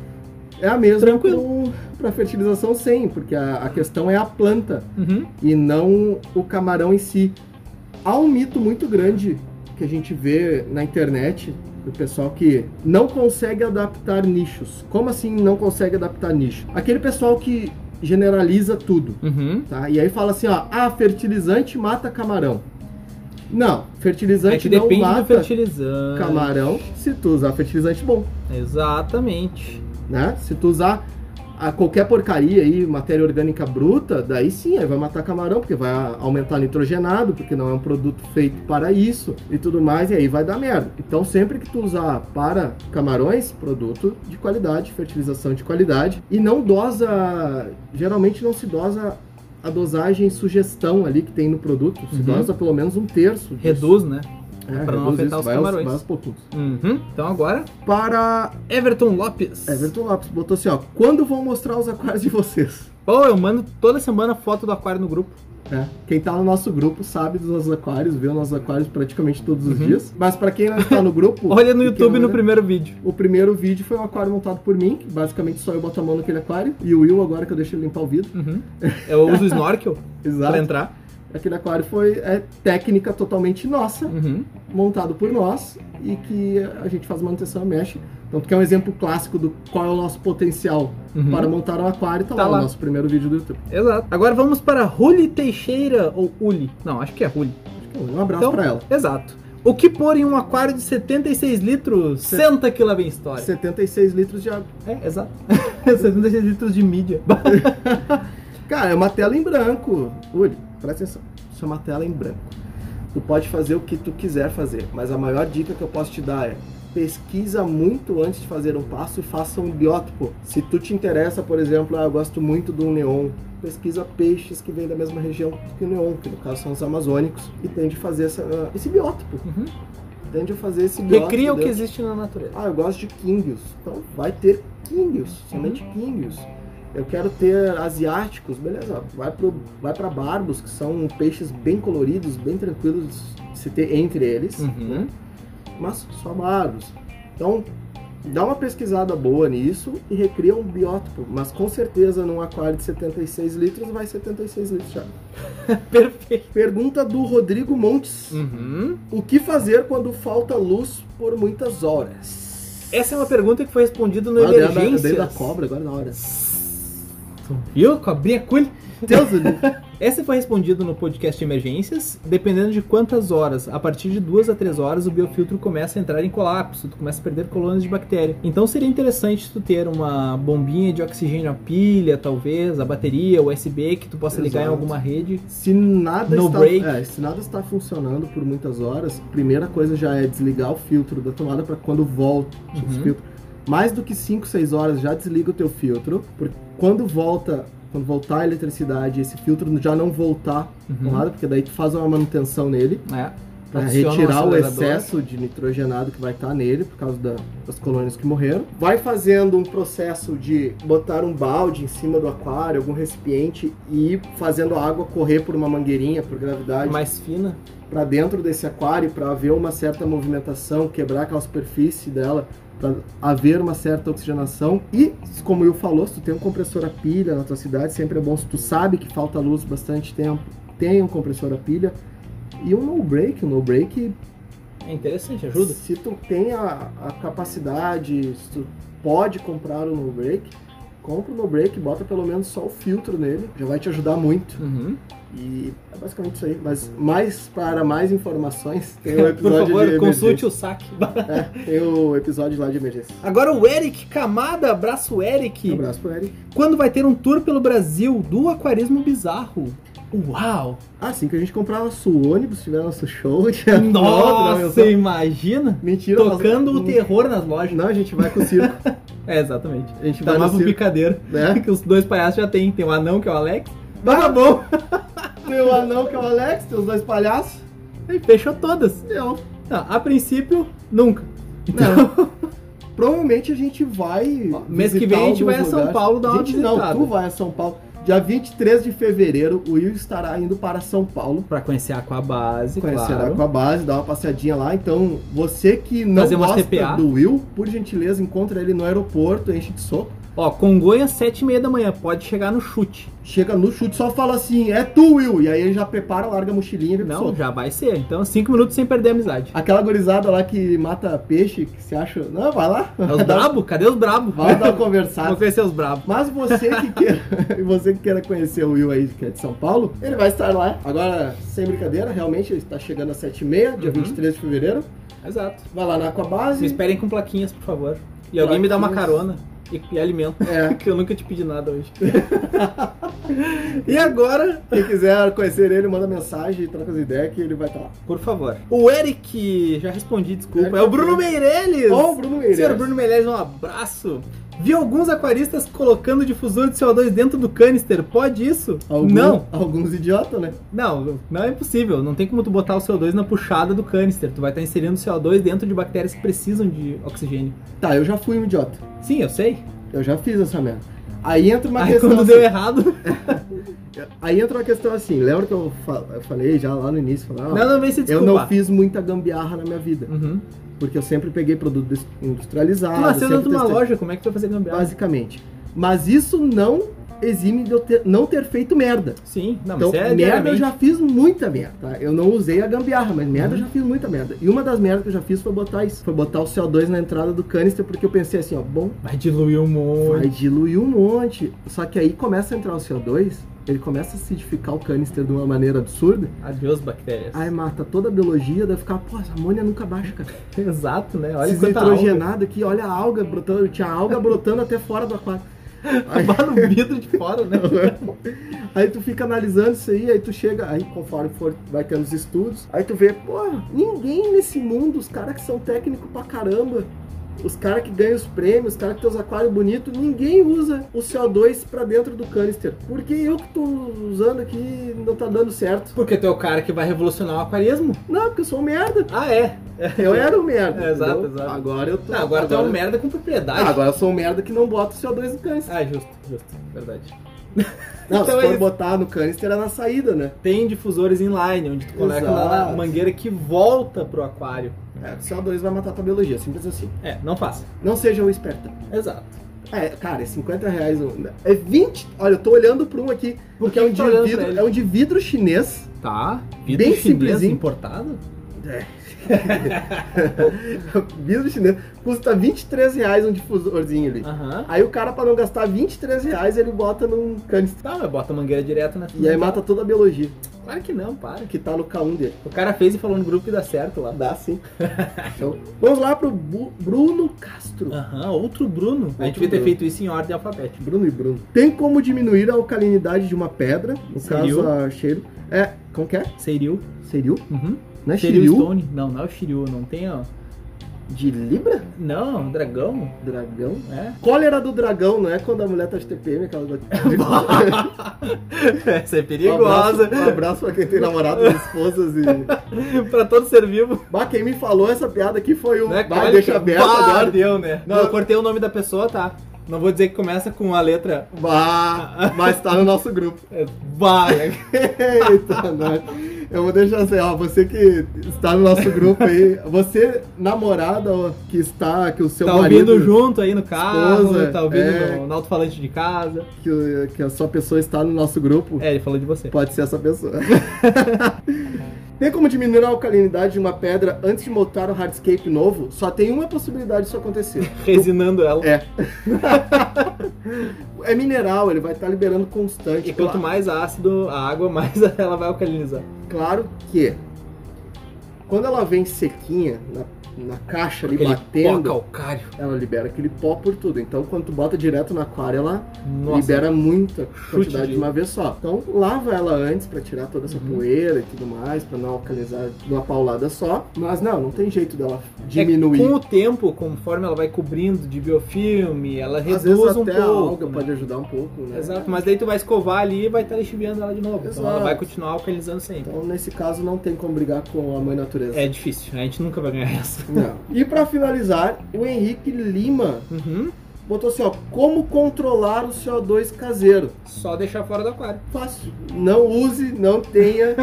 S2: É a mesma
S1: Tranquilo.
S2: para fertilização sem, porque a, a questão é a planta
S1: Uhum,
S2: e não o camarão em si. Há um mito muito grande que a gente vê na internet do pessoal que não consegue adaptar nichos. Como assim não consegue adaptar nicho? Aquele pessoal que generaliza tudo,
S1: uhum.
S2: tá? E aí fala assim, ó, ah, fertilizante mata camarão. Não, fertilizante
S1: É que
S2: não
S1: depende do
S2: mata
S1: fertilizante.
S2: camarão se tu usar fertilizante bom
S1: Exatamente.
S2: né? Se tu usar a qualquer porcaria aí, matéria orgânica bruta, daí sim, aí vai matar camarão, porque vai aumentar nitrogenado, porque não é um produto feito para isso e tudo mais, e aí vai dar merda. Então sempre que tu usar para camarões, produto de qualidade, fertilização de qualidade, e não dosa, geralmente não se dosa a dosagem sugestão ali que tem no produto, se
S1: Uhum.
S2: dosa pelo menos um terço. disso.
S1: Reduz, né?
S2: é,
S1: pra não afetar
S2: reduz isso,
S1: os
S2: vai aos-
S1: camarões.
S2: vai aos pouquinhos.
S1: Uhum. Então agora,
S2: Para
S1: Everton Lopes.
S2: Everton Lopes botou assim, ó. Quando vão mostrar os aquários de vocês?
S1: Pô, eu mando toda semana foto do aquário no grupo.
S2: É. Quem tá no nosso grupo sabe dos nossos aquários, vê os nossos aquários praticamente todos os
S1: Uhum.
S2: dias. Mas pra quem não está no
S1: [laughs]
S2: grupo...
S1: Olha no
S2: e quem
S1: YouTube
S2: não
S1: no
S2: olha-
S1: primeiro vídeo.
S2: O primeiro vídeo foi um aquário montado por mim, que basicamente só eu boto a mão naquele aquário. E o Will, agora que eu deixo ele limpar o vidro.
S1: Uhum. Eu uso o snorkel pra
S2: Exato.
S1: entrar.
S2: Aquele aquário foi é, técnica totalmente nossa,
S1: Uhum.
S2: montado por nós, e que a gente faz manutenção e mexe. Então, que é um exemplo clássico do qual é o nosso potencial
S1: Uhum.
S2: para montar um aquário. Tá,
S1: Tá
S2: lá,
S1: lá.
S2: o nosso primeiro vídeo do YouTube.
S1: Exato. Agora vamos para Ruli Teixeira ou Uli. Não, acho que é Ruli.
S2: Então, Um abraço
S1: Então-
S2: pra ela.
S1: Exato. O que pôr em um aquário de 76 litros?
S2: Se-
S1: Senta que lá vem história.
S2: 76 litros de água.
S1: É, exato. [laughs] 76 litros de mídia.
S2: Cara, é uma tela em branco. Uri, presta atenção. Isso é uma tela em branco. Tu pode fazer o que tu quiser fazer, mas a maior dica que eu posso te dar é pesquisa muito antes de fazer um passo e faça um biótipo. Se tu te interessa, por exemplo, ah, eu gosto muito do neon, pesquisa peixes que vêm da mesma região que o neon, que no caso são os amazônicos, e tende a fazer essa- ah, esse biótipo.
S1: Uhum.
S2: Tende a fazer esse biótipo.
S1: Recria o
S2: dentro-
S1: que existe na natureza.
S2: ah, eu gosto de quinguios. Então vai ter quinguios, somente quinguios. Eu quero ter asiáticos, beleza. Vai pro, vai para barbos, que são peixes bem coloridos, bem tranquilos de se ter entre eles,
S1: Uhum.
S2: né? Mas só barbos. Então dá uma pesquisada boa nisso e recria um biótipo. Mas com certeza num aquário de 76 litros vai 76 litros já.
S1: [laughs] Perfeito.
S2: Pergunta do Rodrigo Montes.
S1: Uhum.
S2: O que fazer quando falta luz por muitas horas?
S1: Essa é uma pergunta que foi respondida no
S2: Ah, dei a- dei
S1: Emergências.
S2: da cobra agora na hora.
S1: Tu Viu? Cobrinha cool.
S2: Deus do livro.
S1: Essa foi respondida no podcast Emergências. Dependendo de quantas horas, a partir de duas a três horas, o biofiltro começa a entrar em colapso, tu começa a perder colônias de bactéria. Então seria interessante tu ter uma bombinha de oxigênio a pilha, talvez, a bateria, USB, que tu possa ligar em
S2: Exato.
S1: alguma rede.
S2: [laughs] Se nada,
S1: No
S2: está,
S1: break.
S2: é, se nada está funcionando por muitas horas, a primeira coisa já é desligar o filtro da tomada para quando volta os
S1: Uhum.
S2: filtros. Mais do que 5, 6 horas já desliga o teu filtro, porque quando volta, quando voltar a eletricidade, esse filtro já não voltar
S1: Uhum.
S2: tomada, porque daí tu faz uma manutenção nele
S1: É.
S2: para
S1: Adiciona um
S2: retirar o
S1: acelerador.
S2: excesso de nitrogenado que vai estar nele por causa da- das colônias que morreram. Vai fazendo um processo de botar um balde em cima do aquário, algum recipiente e ir fazendo a água correr por uma mangueirinha por gravidade
S1: Mais fina.
S2: para dentro desse aquário para haver uma certa movimentação, quebrar aquela superfície dela para haver uma certa oxigenação. E, como eu falou, se tu tem um compressor a pilha na tua cidade, sempre é bom se tu sabe que falta luz bastante tempo, tenha um compressor a pilha. E um no break, um no break
S1: É interessante, ajuda.
S2: se tu tem a, a capacidade, se tu pode comprar um no break, compra o no break, bota pelo menos só o filtro nele, já vai te ajudar muito.
S1: Uhum.
S2: E é basicamente isso aí. Mas mais para
S1: [laughs]
S2: mais informações, tem o
S1: Por
S2: episódio de
S1: favor,
S2: emergência.
S1: consulte o saque. [laughs]
S2: Tem o episódio lá de emergência.
S1: Agora o Eric Camada, abraço Eric.
S2: Um abraço pro Eric.
S1: Quando vai ter um tour pelo Brasil do aquarismo bizarro? Uau!
S2: Ah, assim que a gente comprar nosso ônibus, tiver nosso show, [laughs] dia nove, não,
S1: Nossa,
S2: eu-
S1: imagina!
S2: né, Mentira, nós-
S1: Tocando o terror nas lojas.
S2: Não, a gente vai com o circo.
S1: É, exatamente.
S2: A gente vai
S1: Tá
S2: no
S1: um
S2: circo,
S1: picadeiro. [laughs]
S2: né?
S1: Que os dois palhaços já tem. Tem o anão, que é o Alex. Mas tá bom.
S2: [laughs] Tem o anão que é o Alex, tem os dois palhaços.
S1: E fechou todas.
S2: Deu.
S1: Não, a princípio, nunca.
S2: Não. Provavelmente a gente vai.
S1: Ó, mês
S2: visitar
S1: que vem a gente vai
S2: alguns
S1: a São
S2: lugares.
S1: Paulo dar uma
S2: gente, não,
S1: visitada.
S2: tu vai a São Paulo. Dia 23 de fevereiro, o Will estará indo para São Paulo.
S1: Pra conhecer a Aquabase,
S2: Conhecerá
S1: claro.
S2: com a base, dar uma passeadinha lá. Então, você que não
S1: Fazer uma
S2: gosta
S1: TPA.
S2: do Will, por gentileza, encontra ele no aeroporto, enche de soco.
S1: Ó, Congonha, sete e meia da manhã. Pode chegar no chute.
S2: Chega no chute, só fala assim, é tu, Will! E aí ele já prepara, larga a mochilinha e vem pro
S1: Não,
S2: soco.
S1: já vai ser. Então, cinco minutos sem perder a amizade.
S2: Aquela gurizada lá que mata peixe, que se acha... Não, vai lá.
S1: É os brabo? Cadê os brabo? [laughs]
S2: Vai dar uma
S1: Vou
S2: conversada.
S1: conhecer os brabo.
S2: Mas você que [laughs] queira, e você que queira conhecer o Will aí, que é de São Paulo, ele vai estar lá. Agora, sem brincadeira, realmente, ele está chegando às 7h30, dia
S1: Uhum.
S2: 23 de fevereiro.
S1: Exato.
S2: Vai lá na Aquabase.
S1: Me esperem com plaquinhas, por favor. E alguém me dá uma carona e, e alimento,
S2: É,
S1: [laughs] que eu nunca te pedi nada hoje.
S2: E agora, quem quiser conhecer ele, manda mensagem, troca as ideias que ele vai estar lá.
S1: Por favor. O Eric, já respondi, desculpa. É o Bruno Meirelles.
S2: Ó, o Bruno Meirelles.
S1: Senhor Bruno Meirelles, um abraço. Vi alguns aquaristas colocando difusor de CO2 dentro do canister. Pode isso?
S2: Algum-
S1: Não,
S2: Alguns idiotas, né?
S1: não, não é impossível. Não tem como tu botar o CO2 na puxada do canister. Tu vai estar inserindo CO2 dentro de bactérias que precisam de oxigênio.
S2: Tá, eu já fui um idiota.
S1: Sim, eu sei.
S2: Eu já fiz essa merda. Aí entra uma
S1: Aí
S2: questão.
S1: quando
S2: assim,
S1: deu errado.
S2: Aí entra uma questão assim, lembra que eu, fa- eu falei já lá no início? Falei, ó,
S1: Não, não vem se
S2: eu
S1: desculpar.
S2: não fiz muita gambiarra na minha vida.
S1: Uhum.
S2: Porque eu sempre peguei produto des- industrializado.
S1: Tu nasceu
S2: sempre
S1: dentro Tá de é uma né?
S2: testei-
S1: loja, como é que tu vai fazer gambiarra?
S2: Basicamente. Mas isso não exime de eu ter- não ter feito merda.
S1: Sim, não,
S2: Então,
S1: mas é
S2: merda eu
S1: diariamente.
S2: já fiz muita merda. tá? Eu não usei a gambiarra, mas merda eu
S1: Uhum.
S2: já fiz muita merda. E uma das merdas que eu já fiz foi botar isso. Foi botar o CO2 na entrada do canister, porque eu pensei assim, ó, bom,
S1: Vai diluir um monte.
S2: vai diluir um monte. Só que aí começa a entrar o CO2, ele começa a acidificar o canister de uma maneira absurda.
S1: Adeus, bactérias.
S2: Aí mata toda a biologia, deve ficar, pô, essa amônia nunca baixa, cara.
S1: Exato, né? Olha
S2: Olha
S1: quanta alga.
S2: nitrogenado aqui, olha a alga brotando, tinha alga brotando até fora do
S1: [laughs]
S2: aquário. Aí-
S1: Lá no vidro de fora, né?
S2: Aí tu fica analisando isso aí, aí tu chega, aí conforme for, vai tendo os estudos, aí tu vê, pô, ninguém nesse mundo, os caras que são técnicos pra caramba, os caras que ganham os prêmios, os caras que tem os aquários bonitos, ninguém usa o CO2 pra dentro do canister. Porque eu que tô usando aqui não tá dando certo.
S1: Porque tu é o cara que vai revolucionar o aquarismo.
S2: Não, porque eu sou um merda.
S1: Ah, é. [laughs]
S2: Eu era um merda.
S1: É, exato,
S2: entendeu?
S1: exato.
S2: Agora eu tô.
S1: Não, agora tu é um merda com
S2: Ah,
S1: propriedade.
S2: agora eu sou um merda que não bota o CO2 no canister.
S1: Ah, justo, justo. Verdade.
S2: Não,
S1: Então
S2: se
S1: é
S2: for
S1: isso.
S2: botar no canister é na saída, né?
S1: Tem difusores inline, onde tu coloca na
S2: Exato.
S1: mangueira que volta pro aquário.
S2: É, o CO2 vai matar a tua biologia, simples assim.
S1: É, não faça.
S2: Não seja um espertão.
S1: Exato.
S2: É, cara, é 50 reais. um- É 20. Olha, eu tô olhando pra um aqui, porque é um,
S1: que
S2: de
S1: tá olhando pra
S2: vidro,
S1: ele?
S2: é um de vidro chinês. [laughs]
S1: Tá.
S2: Bem
S1: Bem chinês
S2: simplesinho.
S1: importado?
S2: vidro chinês. Custa 23 reais um difusorzinho ali.
S1: Aham.
S2: Aí o cara, pra não gastar 23 reais, ele bota num canister.
S1: Tá, mas bota a mangueira direto na
S2: E aí mata toda a biologia
S1: Claro que não, para.
S2: que tá no K1 dele.
S1: O cara fez e falou no grupo que dá certo lá.
S2: Dá
S1: [laughs]
S2: sim. Então, vamos lá pro Bu- Bruno Castro.
S1: Aham, outro Bruno. a gente
S2: Outro
S1: devia ter
S2: Bruno.
S1: feito isso em ordem alfabética.
S2: Bruno e Bruno. Tem como diminuir a alcalinidade de uma pedra, no
S1: Seriu.
S2: caso a cheiro. É, como que é?
S1: Seriu.
S2: Seriu?
S1: Uhum.
S2: Não é
S1: Seriu
S2: Shiryu?
S1: Stone. Não, não é o Shiryu. Não tem, ó.
S2: De Libra?
S1: Não, é um dragão.
S2: Dragão?
S1: É.
S2: Cólera do dragão, não é quando a mulher tá de TPM, aquela da... Um
S1: [laughs] Essa é
S2: abraço- Um abraço pra quem
S1: [laughs]
S2: tem namorado, esposas e...
S1: pra todo ser vivo.
S2: Bah, quem me falou essa piada aqui foi o...
S1: Não é
S2: Bah,
S1: cólica?
S2: deixa aberto
S1: Bah,
S2: agora.
S1: Deu, né?
S2: Não,
S1: Não, eu
S2: eu-
S1: cortei o nome da pessoa, tá? Não vou dizer que começa com a letra
S2: Bah, mas tá no nosso grupo. [laughs]
S1: é, Bah. [laughs] né?
S2: Eita, nós. Eu vou deixar assim, ó, você que está no nosso grupo aí, você, namorada ó, que está, que o seu
S1: Tá
S2: marido...
S1: ouvindo junto aí no carro,
S2: Esposa,
S1: tá ouvindo
S2: é.
S1: no, no alto-falante de casa.
S2: que, que a sua pessoa está no nosso grupo,
S1: É, ele falou de você.
S2: pode ser
S1: [laughs]
S2: essa pessoa. tem como diminuir a alcalinidade de uma pedra antes de montar o hardscape novo? Só tem uma possibilidade disso acontecer.
S1: Resinando ela.
S2: É. é mineral, ele vai estar liberando constante.
S1: E quanto mais ácido a água, [laughs] mais ela vai alcalinizar.
S2: Claro que quando ela vem sequinha na, na caixa ali batendo,
S1: calcário.
S2: ela libera aquele pó por tudo. Então quando tu bota direto na aquário, ela
S1: Nossa.
S2: libera muita quantidade
S1: de-
S2: de uma vez só. Então lava ela antes pra tirar toda essa
S1: Uhum.
S2: poeira e tudo mais, pra não alcalizar de uma paulada só. Mas não, não tem jeito dela
S1: É,
S2: diminuir.
S1: com o tempo, conforme ela vai cobrindo de biofilme, ela
S2: Às
S1: reduz
S2: vezes
S1: um
S2: até a
S1: pouco.
S2: alga
S1: né?
S2: pode ajudar um pouco, né?
S1: Exato, mas daí tu vai escovar ali e vai estar lixiviando ela de novo. Então ela
S2: Exato.
S1: vai continuar alcalinizando sempre.
S2: Então nesse caso não tem como brigar com a mãe natureza.
S1: É difícil, a gente nunca vai ganhar essa. [laughs]
S2: Não. E pra finalizar, o Henrique Lima
S1: Uhum.
S2: botou assim, ó, como controlar o CO2 caseiro.
S1: Só deixar fora do aquário.
S2: Fácil. Não use,
S1: [laughs]
S2: não tenha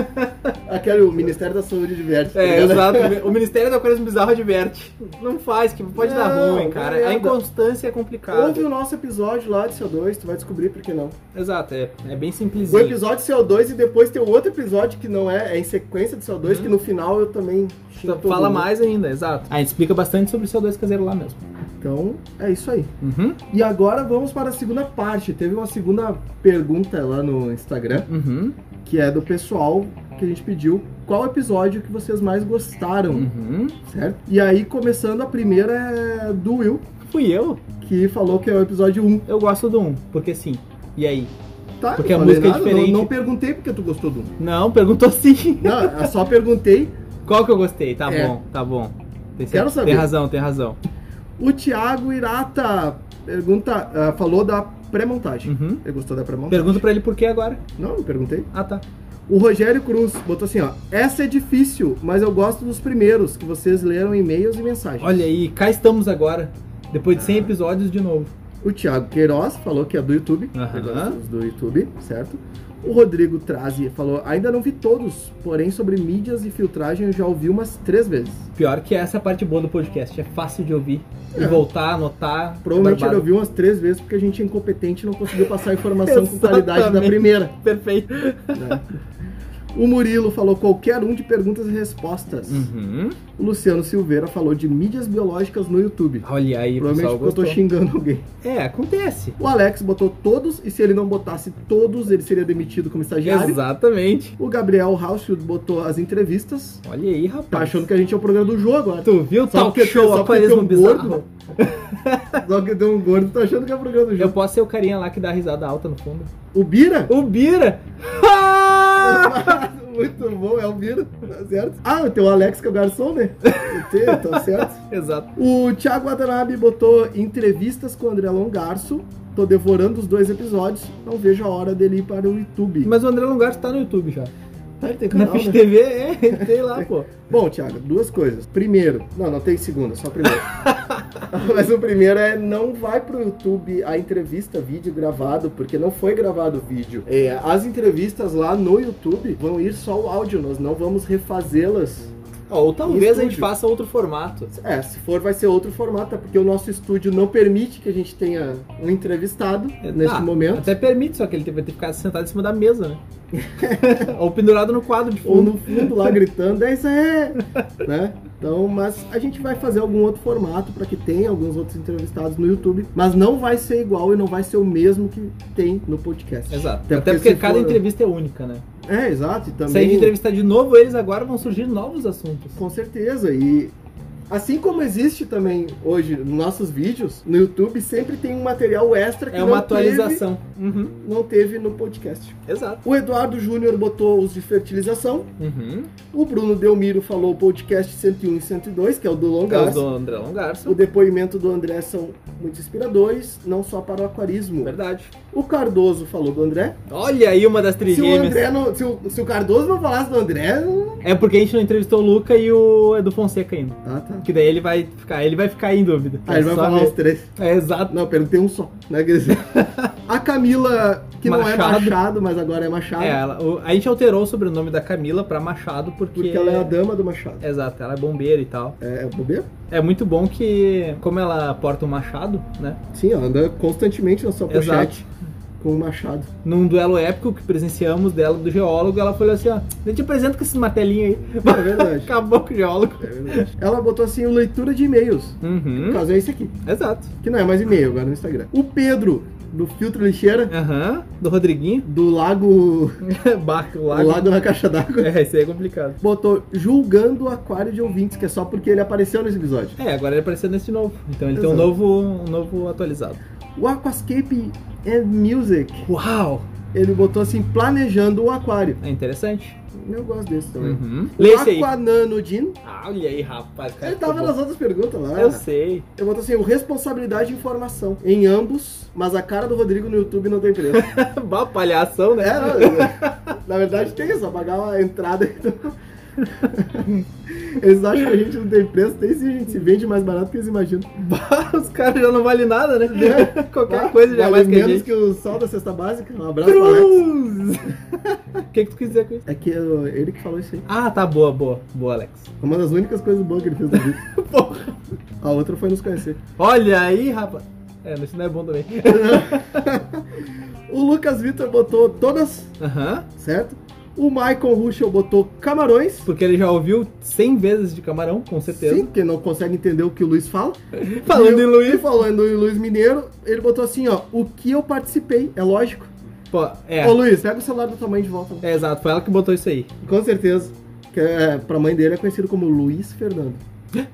S2: aquele o Ministério da Saúde diverte. [laughs] tá
S1: É,
S2: ligado?
S1: exato. O Ministério do Aquarismo Bizarro adverte. Não faz, que pode dar
S2: Não, um-
S1: ruim, cara. A
S2: merda.
S1: inconstância é complicada.
S2: Ouve o nosso episódio lá de CO2, tu vai descobrir por que não.
S1: Exato, é, é bem
S2: O
S1: simplesinho.
S2: episódio CO2 e depois tem o outro episódio que não é, é em sequência de CO2, que no final eu também xingo
S1: Então,
S2: todo
S1: Uhum. Fala
S2: mundo.
S1: mais ainda, exato. A gente explica bastante sobre o CO2 caseiro lá mesmo.
S2: Então, é isso aí.
S1: Uhum.
S2: E agora vamos para a segunda parte. Teve uma segunda pergunta lá no Instagram,
S1: Uhum.
S2: que é do pessoal que a gente pediu qual episódio que vocês mais gostaram,
S1: Uhum.
S2: certo? E aí, começando, a primeira é do Will,
S1: Fui eu.
S2: que falou que é o episódio 1.
S1: Eu gosto do 1, porque sim. E aí?
S2: Tá,
S1: Porque a
S2: não falei
S1: música é
S2: nada,
S1: diferente.
S2: Não, não perguntei porque tu gostou do 1.
S1: Não, [laughs] perguntou sim.
S2: Não, eu só perguntei
S1: Qual que eu gostei? Tá
S2: É.
S1: bom, tá bom. Tem,
S2: Quero saber.
S1: Tem razão, tem razão.
S2: O Thiago Irata pergunta, ah, falou da pré-montagem.
S1: Uhum.
S2: Ele gostou da pré-montagem?
S1: Pergunta pra ele por que agora.
S2: Não, não perguntei.
S1: Ah, tá.
S2: O Rogério Cruz botou assim, ó. Essa é difícil, mas eu gosto dos primeiros, que vocês leram e-mails e mensagens.
S1: Olha aí, cá estamos agora. Depois de
S2: Ah.
S1: 100 episódios de novo.
S2: O Thiago Queiroz falou que é do YouTube.
S1: Aham.
S2: ele gosta dos Do YouTube, certo? O Rodrigo traz e falou: ainda não vi todos, porém sobre mídias e filtragem eu já ouvi umas três vezes.
S1: Pior que essa é a parte boa do podcast, é fácil de ouvir
S2: É.
S1: e voltar, anotar. É
S2: Provavelmente ele
S1: barbado.
S2: ouviu umas três vezes porque a gente é incompetente e não conseguiu passar a informação com qualidade da
S1: Exatamente.
S2: primeira.
S1: Perfeito.
S2: né? O Murilo falou qualquer um de perguntas e respostas.
S1: Uhum.
S2: O Luciano Silveira falou de mídias biológicas no YouTube.
S1: Olha aí,
S2: Provavelmente
S1: pessoal
S2: porque eu
S1: gostou.
S2: tô xingando alguém.
S1: É, acontece.
S2: O Alex botou todos e se ele não botasse todos, ele seria demitido como estagiário.
S1: Exatamente.
S2: O Gabriel Hausfield botou as entrevistas.
S1: Olha aí,
S2: Tá
S1: rapaz.
S2: achando que a gente é o programa do jogo agora.
S1: Tu viu o
S2: Só
S1: talk
S2: porque-
S1: show
S2: só porque tem
S1: apareça
S2: um
S1: um bizarro?
S2: gordo. [laughs] Só que tem um gordo, tá achando que é o programa do
S1: Eu
S2: jogo.
S1: posso ser o carinha lá que dá risada alta no fundo.
S2: O Bira? [laughs]
S1: O Bira! [laughs] Ah!
S2: Muito bom, é o Bira, tá certo? Ah, tem o Alex que é o garçom, né?
S1: [laughs]
S2: Tem, tá certo?
S1: Exato.
S2: O Thiago Watanabe botou entrevistas com o André Longarço. Tô devorando os dois episódios. Não vejo a hora dele ir para o YouTube.
S1: Mas o André Longato tá no YouTube já.
S2: Ah, ele tem
S1: Na
S2: canal,
S1: Fish
S2: né?
S1: TV, é, tem lá, pô.
S2: Bom, Thiago, duas coisas. Primeiro, não, não tem segunda, só primeiro. Mas o primeiro é não vai pro YouTube a entrevista, vídeo gravado, porque não foi gravado o vídeo. É, as entrevistas lá no YouTube vão ir só o áudio, nós não vamos refazê-las
S1: Ou talvez a gente
S2: Estúdio.
S1: faça outro formato.
S2: É, se for vai ser outro formato, é porque o nosso estúdio não permite que a gente tenha um entrevistado neste
S1: Ah,
S2: momento.
S1: Até permite, só que ele vai ter que ficar sentado em cima da mesa, né? [laughs] Ou pendurado no quadro de
S2: Ou
S1: fundo.
S2: no fundo lá gritando, é isso aí! né? Então, mas a gente vai fazer algum outro formato para que tenha alguns outros entrevistados no YouTube, mas não vai ser igual e não vai ser o mesmo que tem no podcast.
S1: Exato.
S2: Até
S1: Até, porque,
S2: porque se
S1: cada
S2: for-
S1: entrevista é única, né?
S2: É, exato. E
S1: Se a gente
S2: também,
S1: entrevistar de novo eles agora, vão surgir novos assuntos.
S2: com certeza. E assim como existe também hoje nos nossos vídeos, no YouTube sempre tem um material extra que
S1: É uma
S2: não teve-
S1: atualização. Uhum.
S2: não teve no podcast.
S1: Exato.
S2: O Eduardo Júnior botou os de fertilização.
S1: Uhum.
S2: O Bruno Delmiro falou o podcast 101 e 102, que é o do
S1: É o
S2: Longas.
S1: do André Longarço.
S2: O depoimento do André são muito inspiradores, não só para o aquarismo.
S1: Verdade.
S2: O Cardoso falou do André.
S1: Olha aí uma das
S2: Se o,
S1: trigêmeas.
S2: André não, se, o, se o Cardoso não falasse do André. não-
S1: É porque a gente não entrevistou o Luca e o Edu Fonseca ainda.
S2: Ah, tá.
S1: Que daí ele vai ficar, ele vai ficar em dúvida.
S2: Ah, ele vai
S1: Só
S2: falar
S1: ver.
S2: os três.
S1: É exato.
S2: Não, perguntei um só, né? Quer
S1: [laughs]
S2: dizer, A Camila, que não é
S1: Machado.
S2: Machado, mas agora é Machado,
S1: É, ela, o- a gente alterou o sobrenome da Camila pra Machado porque.
S2: porque ela é a dama do Machado.
S1: Exato, ela é bombeira e tal.
S2: É, é bobeira?
S1: É muito bom que, como ela porta um machado, né?
S2: Sim, ela anda constantemente na sua
S1: Exato.
S2: pochete com o Machado.
S1: Num duelo épico que presenciamos dela do geólogo, ela falou assim: ó, eu te apresento com esses martelinhos aí. [laughs]
S2: É verdade.
S1: Acabou com o geólogo.
S2: É verdade. Ela botou assim, o leitura de e-mails. No
S1: Uhum.
S2: caso, é esse aqui.
S1: Exato.
S2: Que não é mais e-mail, agora é no Instagram. O Pedro, do Filtro Lixeira,
S1: Aham. Do Rodriguinho. [laughs]
S2: do Lago...
S1: Barco
S2: do
S1: lá.
S2: Lago na Caixa d'Água,
S1: É, isso aí é complicado.
S2: botou julgando o aquário de ouvintes, que é só porque ele apareceu nesse episódio.
S1: É, agora ele apareceu nesse novo. Então ele tem um
S2: Exato.
S1: novo, um novo atualizado.
S2: O Aquascape and Music,
S1: Uau!
S2: ele botou assim, planejando o aquário.
S1: É interessante.
S2: Eu gosto desse também.
S1: Uhum. Lê
S2: O
S1: esse aí.
S2: Aquanano Din,
S1: Ah, olha aí, rapaz. cara,
S2: Um ele tava
S1: ficou
S2: nas outras perguntas lá.
S1: bom. Eu sei. [laughs]
S2: Eu boto assim, o responsabilidade e informação. Em ambos, mas a cara do Rodrigo no YouTube não tem preço.
S1: Uma palhação, né? [laughs]
S2: É, não, eu- na verdade tem isso, pagar a entrada. Então... Eles acham que a gente não tem preço, tem sim, a gente se vende mais barato que eles imaginam.
S1: Os caras já não valem nada, né? [laughs] Qualquer
S2: Vale-
S1: coisa já é mais
S2: vale
S1: que a
S2: menos
S1: gente.
S2: que o sol da cesta básica. Um abraço pro Alex.
S1: Cruz! [laughs] O que, que tu quis dizer com isso?
S2: É que eu- ele que falou isso aí.
S1: Ah, tá boa, boa. Boa,
S2: [laughs]
S1: Alex.
S2: Uma das únicas coisas boas que ele fez na vida.
S1: Porra.
S2: A outra foi nos conhecer.
S1: Olha aí, rapaz. É, isso não é bom também. [laughs]
S2: O Lucas Vitor botou todas,
S1: Aham.
S2: certo? O Michael Ruschel botou camarões.
S1: Porque ele já ouviu 100 vezes de camarão, com certeza.
S2: Sim, porque não consegue entender o que o Luiz fala.
S1: Falando
S2: E
S1: em
S2: o-
S1: Luiz.
S2: e Falando em Luiz Mineiro, ele botou assim, ó. O que eu participei, é lógico.
S1: Pô, é.
S2: Ô Luiz, pega o celular da tua mãe de volta.
S1: É, exato, foi ela que botou isso aí.
S2: Com certeza. Que é, pra mãe dele é conhecido como Luiz Fernando.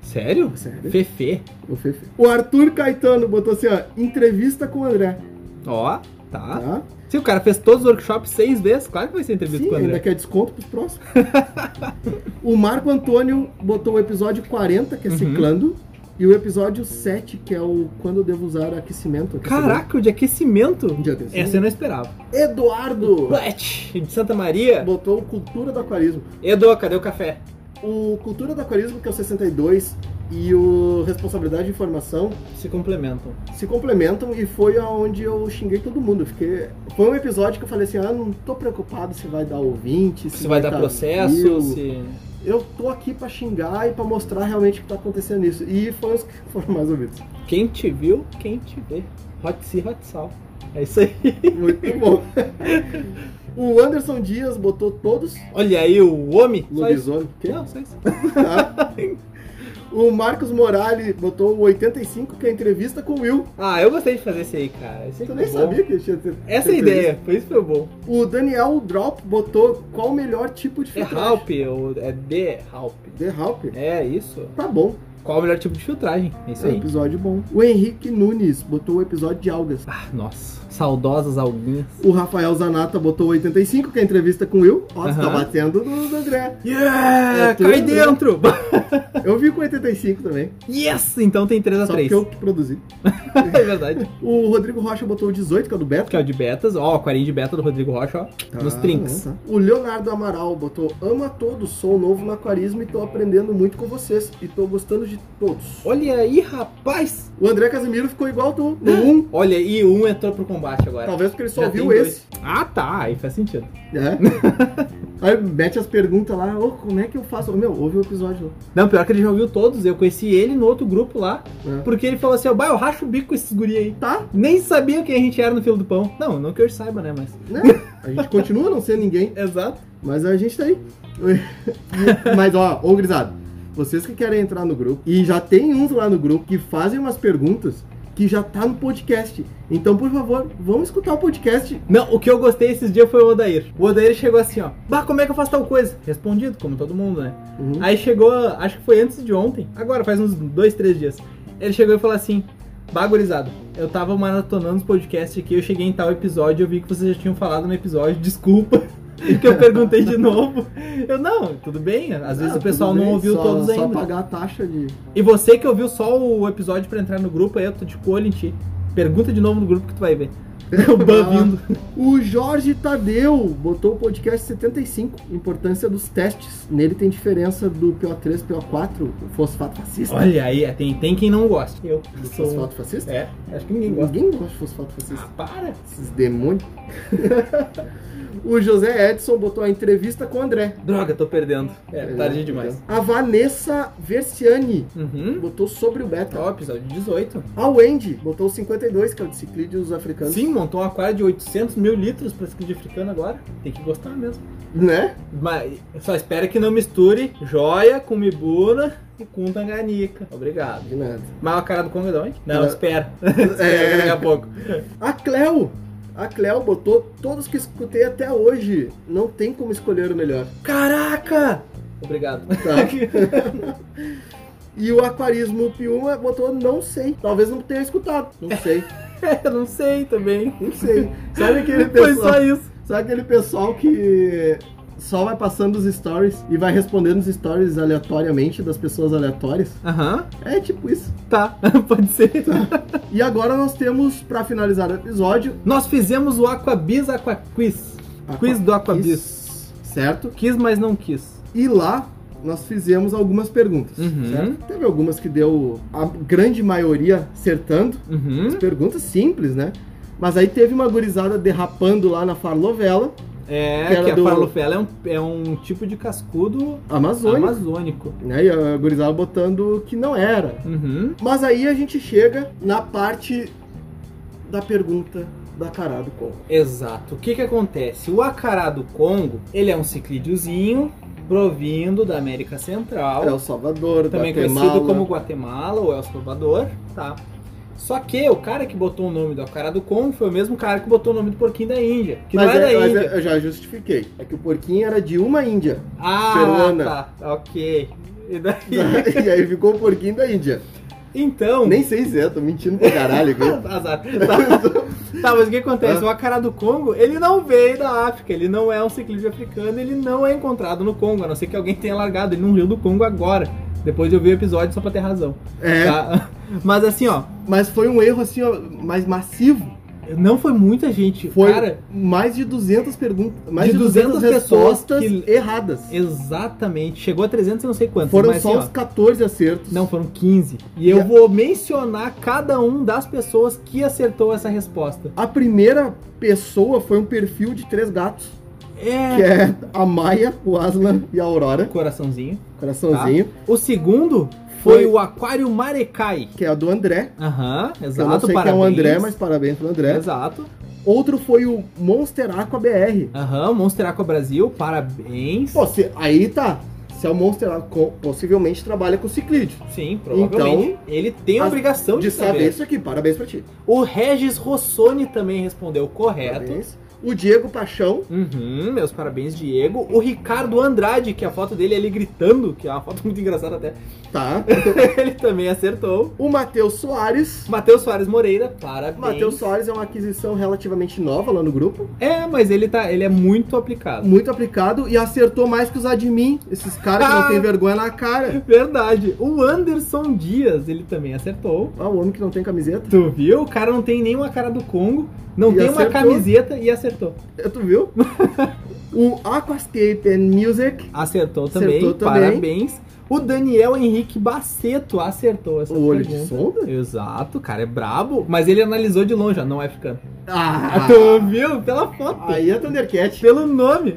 S1: Sério?
S2: Sério?
S1: Fefe.
S2: O, Fefe. o Arthur Caetano botou assim, ó. Entrevista com o André.
S1: Ó, tá.
S2: Tá?
S1: Se o cara fez todos os workshops seis vezes, claro que vai ser entrevista
S2: Sim,
S1: com o
S2: ainda
S1: André.
S2: quer desconto pros próximos. [laughs] o Marco Antônio botou o episódio 40, que é
S1: Uhum.
S2: ciclando. E o episódio 7, que é o Quando eu Devo Usar Aquecimento. aquecedor.
S1: Caraca, o de aquecimento.
S2: Um dia desse.
S1: Essa é- eu não esperava.
S2: Eduardo
S1: Butch, de Santa Maria.
S2: botou Cultura do Aquarismo.
S1: Edu, cadê o café?
S2: O Cultura do Aquarismo, que é o 62, e o responsabilidade de informação
S1: Se complementam.
S2: se complementam e foi aonde eu xinguei todo mundo. Eu Fiquei... Foi um episódio que eu falei assim, ah, não tô preocupado se vai dar ouvinte, se, tá
S1: Se vai dar processo,
S2: view.
S1: se.
S2: Eu tô aqui pra xingar e pra mostrar realmente o que tá acontecendo nisso. E foi os que foram mais ouvidos.
S1: Quem te viu, quem te vê. Hot sea, hot sal. É isso aí. [laughs]
S2: Muito bom. o Anderson Dias botou todos.
S1: Olha aí o homem. Só isso.
S2: Lobisomem. Que?
S1: Não, só isso.
S2: Tá. O Marcos Morales botou o 85, que é a entrevista com o Will.
S1: Ah, eu gostei de fazer esse aí, cara. Esse aí
S2: Eu
S1: foi
S2: nem
S1: bom.
S2: sabia que tinha
S1: Essa é a ideia, por isso foi bom.
S2: O Daniel Drop botou qual o melhor tipo de
S1: É
S2: filtragem.
S1: Halp, ou é de Halp.
S2: The Halp.
S1: É isso.
S2: Tá bom,
S1: Qual o melhor tipo de filtragem? É isso
S2: é um
S1: aí.
S2: episódio bom. O Henrique Nunes botou o episódio de algas.
S1: Ah, nossa. Saudosas alguinhas.
S2: O Rafael Zanata botou 85, que é a entrevista com o Will. Ó, você tá
S1: Aham.
S2: batendo no do André.
S1: Yeah!
S2: É tudo,
S1: cai
S2: né?
S1: dentro!
S2: Eu vi com 85 também.
S1: [laughs] Yes! Então tem 3 a
S2: Só
S1: 3
S2: porque eu que produzi.
S1: [laughs] É verdade.
S2: O Rodrigo Rocha botou o 18, que é o do Beto.
S1: Que é o de betas. Ó, o quarinho de beta do Rodrigo Rocha, ó.
S2: Tá,
S1: nos trinks.
S2: tá. O Leonardo Amaral botou Amo a todos, sou novo no aquarismo e tô aprendendo muito com vocês. E tô gostando de todos.
S1: Olha aí, rapaz!
S2: O André Casimiro ficou igual tu,
S1: [laughs]
S2: no 1.
S1: Olha aí, um entrou pro combate agora.
S2: Talvez porque ele só
S1: Já tem
S2: viu
S1: dois.
S2: esse.
S1: Ah, tá. Aí faz sentido.
S2: É.
S1: [laughs]
S2: Aí mete as perguntas lá, ô, como é que eu faço? Ô, meu, ouve o episódio.
S1: Não, pior que ele já ouviu todos. Eu conheci ele no outro grupo lá.
S2: É.
S1: Porque ele falou assim, ó, bah, eu racho o bico com esses guri aí.
S2: Tá,
S1: Nem sabia quem a gente era no filo do pão. Não, não que eu saiba, né, mas...
S2: né?
S1: [laughs]
S2: A gente continua não sendo ninguém,
S1: Exato.
S2: mas a gente tá aí. [laughs] mas ó, ô grisado, vocês que querem entrar no grupo, e já tem uns lá no grupo que fazem umas perguntas que já tá no podcast. Então, por favor, vão escutar o podcast.
S1: Não, o que eu gostei esses dias foi o Odair. O Odair chegou assim, ó. Bah, como é que eu faço tal coisa? Respondido, como todo mundo, né?
S2: Uhum.
S1: Aí chegou, acho que foi antes de ontem, agora faz uns dois, três dias. Ele chegou e falou assim: Bagurizado, eu tava maratonando os podcasts aqui, eu cheguei em tal episódio, eu vi que vocês já tinham falado no episódio, desculpa. [laughs] Que eu perguntei de novo. Eu, não, tudo bem. Às vezes
S2: Ah,
S1: o pessoal
S2: tudo
S1: não
S2: bem,
S1: ouviu
S2: só-
S1: todos
S2: Só
S1: ainda.
S2: pagar a taxa de.
S1: E você que ouviu só o episódio pra entrar no grupo, aí eu tô de olho em ti. Pergunta de novo no grupo que tu vai ver. [laughs] O ban vindo.
S2: O Jorge Tadeu botou o podcast 75, importância dos testes. Nele tem diferença do PO3, PO4, o fosfato fascista.
S1: Olha aí, é, tem, tem quem não gosta. Eu
S2: do
S1: sou.
S2: fosfato fascista?
S1: É, acho que ninguém gosta.
S2: Ninguém gosta de fosfato fascista.
S1: Ah, para!
S2: Esses demônios. [laughs] o José Edson botou a entrevista com o André.
S1: Droga, tô perdendo. É, tarde demais.
S2: A Vanessa Versiani
S1: Uhum.
S2: botou sobre o beta.
S1: Ó, episódio 18.
S2: A Wendy botou 52, que é o de ciclídeos africanos.
S1: Sim, montou um aquário de 800 mil litros pra esquilo africano agora. Tem que gostar mesmo.
S2: Né?
S1: Mas só espera que não misture joia com mibuna e com tanganica. Obrigado.
S2: De nada.
S1: Mas a cara do Congo é de onde? Não, É. [laughs]
S2: Não.
S1: espera. espera que daqui a pouco.
S2: A Cleo. A Cleo botou todos que escutei até hoje. Não tem como escolher o melhor.
S1: Caraca! Obrigado.
S2: Tá.
S1: [laughs]
S2: E o Aquarismo Piuma botou não sei. Talvez não tenha escutado. Não sei.
S1: É, Eu não sei também.
S2: Não sei. Sabe aquele
S1: Foi
S2: pessoal,
S1: só isso.
S2: sabe aquele pessoal que só vai passando os stories e vai respondendo os stories aleatoriamente das pessoas aleatórias?
S1: Aham.
S2: É tipo isso.
S1: Tá, [laughs] pode ser.
S2: Tá. E agora nós temos, pra finalizar o episódio,
S1: Nós fizemos o Aquabiz Aquaquiz.
S2: a
S1: Quiz do Aquabiz.
S2: certo?
S1: Quis, mas não quis.
S2: E lá nós fizemos algumas perguntas,
S1: Uhum.
S2: certo? Teve algumas que deu a grande maioria acertando.
S1: Uhum.
S2: Perguntas simples, né? Mas aí teve uma gurizada derrapando lá na farlovela
S1: É,
S2: Que era
S1: que, a
S2: do-
S1: farofela é um, é um tipo de cascudo
S2: amazônica.
S1: amazônico.
S2: Né? E a gurizada botando que não era.
S1: Uhum.
S2: Mas aí a gente chega na parte da pergunta da cara do Congo.
S1: Exato. O que que acontece? O acará do Congo, ele é um ciclídeozinho provindo da América Central,
S2: É o Salvador,
S1: também
S2: Guatemala.
S1: conhecido como Guatemala ou El Salvador, tá? Só que o cara que botou o nome do acará do Congo foi o mesmo cara que botou o nome do porquinho da Índia, que
S2: mas
S1: não é,
S2: é-
S1: da
S2: mas
S1: Índia.
S2: é- eu já justifiquei. É que o porquinho era de uma Índia.
S1: Ah,
S2: peruana.
S1: tá. Ok. E daí...
S2: [laughs] e aí ficou o porquinho da Índia.
S1: Então...
S2: Nem sei se é, tô mentindo pra caralho. viu?
S1: [laughs] Azar. Tá. Tá, mas o que acontece? O
S2: Ah.
S1: acará do Congo, ele não veio da África, ele não é um ciclista africano, ele não é encontrado no Congo, a não ser que alguém tenha largado ele num rio do Congo agora. Depois eu vi o episódio só pra ter razão.
S2: é,
S1: tá? [laughs] Mas assim, ó,
S2: mas foi um erro assim, ó, mais massivo.
S1: Não foi muita gente.
S2: Foi
S1: Cara,
S2: mais de 200 perguntas, mais
S1: De
S2: de 200,
S1: 200 pessoas
S2: respostas
S1: que-
S2: erradas.
S1: exatamente. Chegou a 300 e não sei quantos.
S2: Foram
S1: mas,
S2: só
S1: assim,
S2: os
S1: ó,
S2: 14 acertos.
S1: Não, foram 15. E eu
S2: E a-
S1: vou mencionar cada um das pessoas que acertou essa resposta.
S2: A primeira pessoa foi um perfil de três gatos,
S1: É.
S2: que é a Maia, o Aslan e a Aurora,
S1: Coraçãozinho.
S2: coraçãozinho,
S1: O segundo foi,
S2: Foi-
S1: o Aquário Marecai.
S2: que é a do André.
S1: Aham,
S2: que eu não
S1: exato.
S2: sei
S1: parabéns.
S2: quem é o André, mas é. parabéns pro André.
S1: Exato.
S2: Outro foi o Monster Aqua BR.
S1: Aham, Monster Aqua Brasil, parabéns.
S2: Pô, se- aí tá. Se é o Monster Aqua, co- possivelmente trabalha com ciclídeo.
S1: Sim, provavelmente. ele tem a
S2: as-
S1: obrigação de,
S2: então, De
S1: saber.
S2: saber isso aqui, parabéns pra ti.
S1: O Regis Rossoni também respondeu correto.
S2: Parabéns. O Diego Paixão,
S1: Uhum, meus parabéns, Diego. O Ricardo Andrade, que a foto dele é ele gritando, que é uma foto muito engraçada até. [laughs]
S2: tá.
S1: ele também acertou.
S2: O Matheus Soares.
S1: Matheus Soares Moreira, parabéns.
S2: Matheus Soares é uma aquisição relativamente nova lá no grupo,
S1: É, mas ele tá, ele é muito aplicado.
S2: muito aplicado e acertou mais que os admin, esses caras
S1: Ah!
S2: que não têm vergonha na cara.
S1: Verdade. O Anderson Dias, ele também acertou.
S2: Ah, o homem que não tem camiseta.
S1: Tu viu? O cara não tem nenhuma cara do Congo, não
S2: E
S1: tem uma
S2: acertou.
S1: camiseta e acertou.
S2: É, Tu
S1: [laughs]
S2: viu? o Aquascape and Music.
S1: Acertou também,
S2: Acertou também.
S1: parabéns. O Daniel Henrique Baceto acertou essa
S2: O olho de
S1: pergunta.
S2: sonda?
S1: Exato, o cara é brabo, mas ele analisou de longe, ó, não é ficando.
S2: Ah,
S1: Tu viu? Pela foto,
S2: aí é Thundercat.
S1: pelo nome.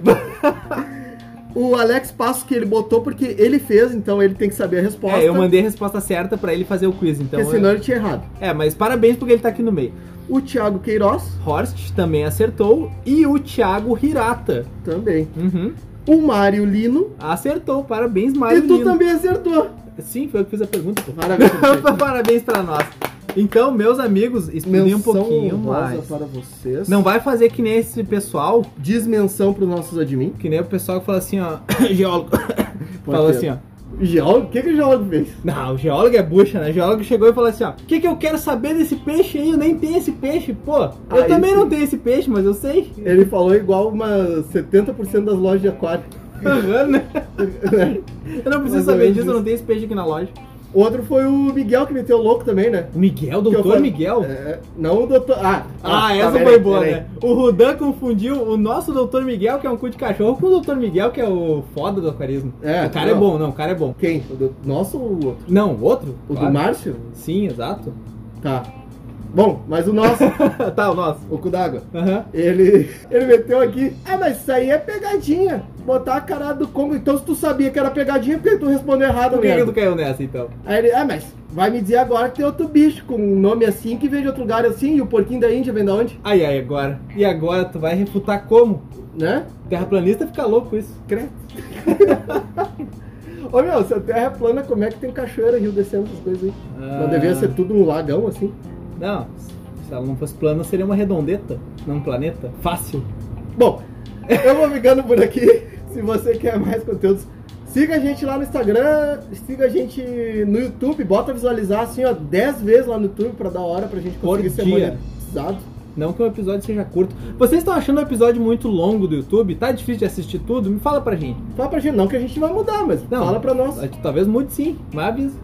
S2: O Alex Passo que ele botou porque ele fez, então ele tem que saber a resposta.
S1: É, eu mandei a resposta certa pra ele fazer o quiz, então.
S2: Porque senão ele tinha errado.
S1: É, é, mas parabéns porque ele tá aqui no meio.
S2: O Thiago Queiroz
S1: Horst também acertou e o Thiago Hirata.
S2: também.
S1: Uhum.
S2: O Mário Lino.
S1: Acertou, parabéns, Mário
S2: e tu
S1: Lino.
S2: também acertou.
S1: Sim, foi eu que fiz a pergunta.
S2: [laughs]
S1: pô.
S2: Parabéns.
S1: [laughs]
S2: gente.
S1: Parabéns pra nós. Então, meus amigos, estudem um
S2: Menção
S1: pouquinho
S2: honrosa
S1: mais.
S2: para vocês.
S1: Não vai fazer que nem esse pessoal,
S2: Desmenção para os nossos admin.
S1: que nem o pessoal que fala assim, ó, [laughs] [coughs] geólogo. fala
S2: ter.
S1: assim, ó.
S2: Geólogo? O que, que o geólogo fez?
S1: Não, o geólogo é bucha, né? O geólogo chegou e falou assim, ó, o que, que eu quero saber desse peixe aí? Eu nem tenho esse peixe, pô. Eu
S2: Aí
S1: também
S2: sim.
S1: não tenho esse peixe, mas eu sei.
S2: [laughs] Ele falou igual umas 70% das lojas de aquário.
S1: Aham, né? eu não preciso
S2: Mais ou
S1: saber
S2: menos
S1: disso, eu
S2: isso.
S1: não tenho esse peixe aqui na loja.
S2: Outro foi o Miguel que meteu louco também, né?
S1: O Miguel,
S2: Que eu
S1: doutor
S2: falei-
S1: Miguel?
S2: É, não o doutor. Ah,
S1: Ah,
S2: tá,
S1: essa
S2: peraí,
S1: foi boa,
S2: peraí.
S1: né? O Rudan confundiu o nosso doutor Miguel, que é um cu de cachorro, com o doutor Miguel, que é o foda do aquarismo.
S2: É,
S1: o cara é
S2: não.
S1: bom, não, o cara é bom.
S2: Quem? O do... Nosso ou o outro?
S1: Não, outro?
S2: O
S1: Claro.
S2: do Márcio?
S1: Sim, exato. [laughs]
S2: Tá. Bom, mas o nosso,
S1: tá, o nosso.
S2: o cu d'água.
S1: Aham.
S2: Ele, ele meteu aqui. Ah, mas isso aí é pegadinha. Botar a cara do Congo. Então, se tu sabia que era pegadinha, por que tu respondeu errado,
S1: Por que, que tu
S2: mesmo?
S1: caiu nessa, então?
S2: Aí ele, ah, mas vai me dizer agora que tem outro bicho com um nome assim que vem de outro lugar assim. E o porquinho da Índia vem da onde?
S1: Ai, ai, agora. E agora tu vai refutar como?
S2: Né?
S1: Terraplanista fica louco com isso.
S2: Credo. [laughs] Ô meu, se a terra é plana, como é que tem cachoeira, rio descendo, essas coisas aí? Não
S1: Ah,
S2: devia ser tudo um lagão assim?
S1: Não, se ela não fosse plana, seria uma redondeta, não um planeta. Fácil.
S2: Bom, [laughs] eu vou ficando por aqui. Se você quer mais conteúdos, siga a gente lá no Instagram, siga a gente no YouTube, bota visualizar assim, ó, 10 vezes lá no YouTube pra dar hora pra gente
S1: Por
S2: conseguir ser
S1: dia.
S2: monetizado.
S1: Não que o episódio seja curto. Vocês estão achando o episódio muito longo do YouTube? Tá difícil de assistir tudo? Me fala pra gente.
S2: Fala pra gente, não que a gente vai mudar, mas
S1: Não.
S2: fala pra nós.
S1: Talvez mude sim, mas avisa.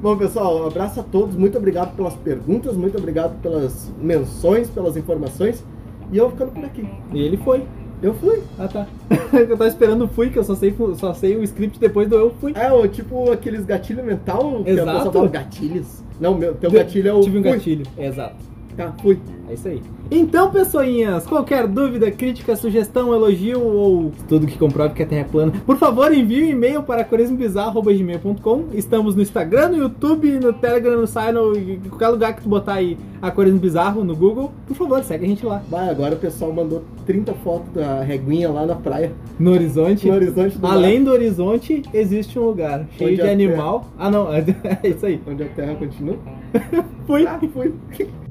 S2: Bom, pessoal, um abraço a todos. Muito obrigado pelas perguntas, muito obrigado pelas menções, pelas informações. E eu ficando por aqui.
S1: E ele foi.
S2: Eu fui.
S1: Ah tá. [laughs] eu tava esperando o fui, que eu só sei, só sei o script depois do eu fui.
S2: É, o, tipo aqueles gatilho mental que
S1: Exato.
S2: a pessoa fala gatilhos. Não, meu, teu
S1: Eu
S2: gatilho é o.
S1: Tive um
S2: fui.
S1: gatilho. É, exato.
S2: Tá, fui.
S1: É isso aí. Então, pessoinhas, qualquer dúvida, crítica, sugestão, elogio ou tudo que comprove que a Terra é plana, por favor, envie um e-mail para corismobizarro.gmail.com. Estamos no Instagram, no YouTube, no Telegram, no Sino, em qualquer lugar que tu botar aí a Corismo Bizarro no Google. Por favor, segue a gente lá.
S2: Vai, agora o pessoal mandou 30 fotos da reguinha lá na praia,
S1: No Horizonte.
S2: no horizonte do
S1: Além do horizonte, existe um lugar cheio
S2: Onde
S1: de [laughs]
S2: a
S1: animal. Ah, não, é isso aí.
S2: mar, onde a terra continua.
S1: Fui.
S2: Ah, fui.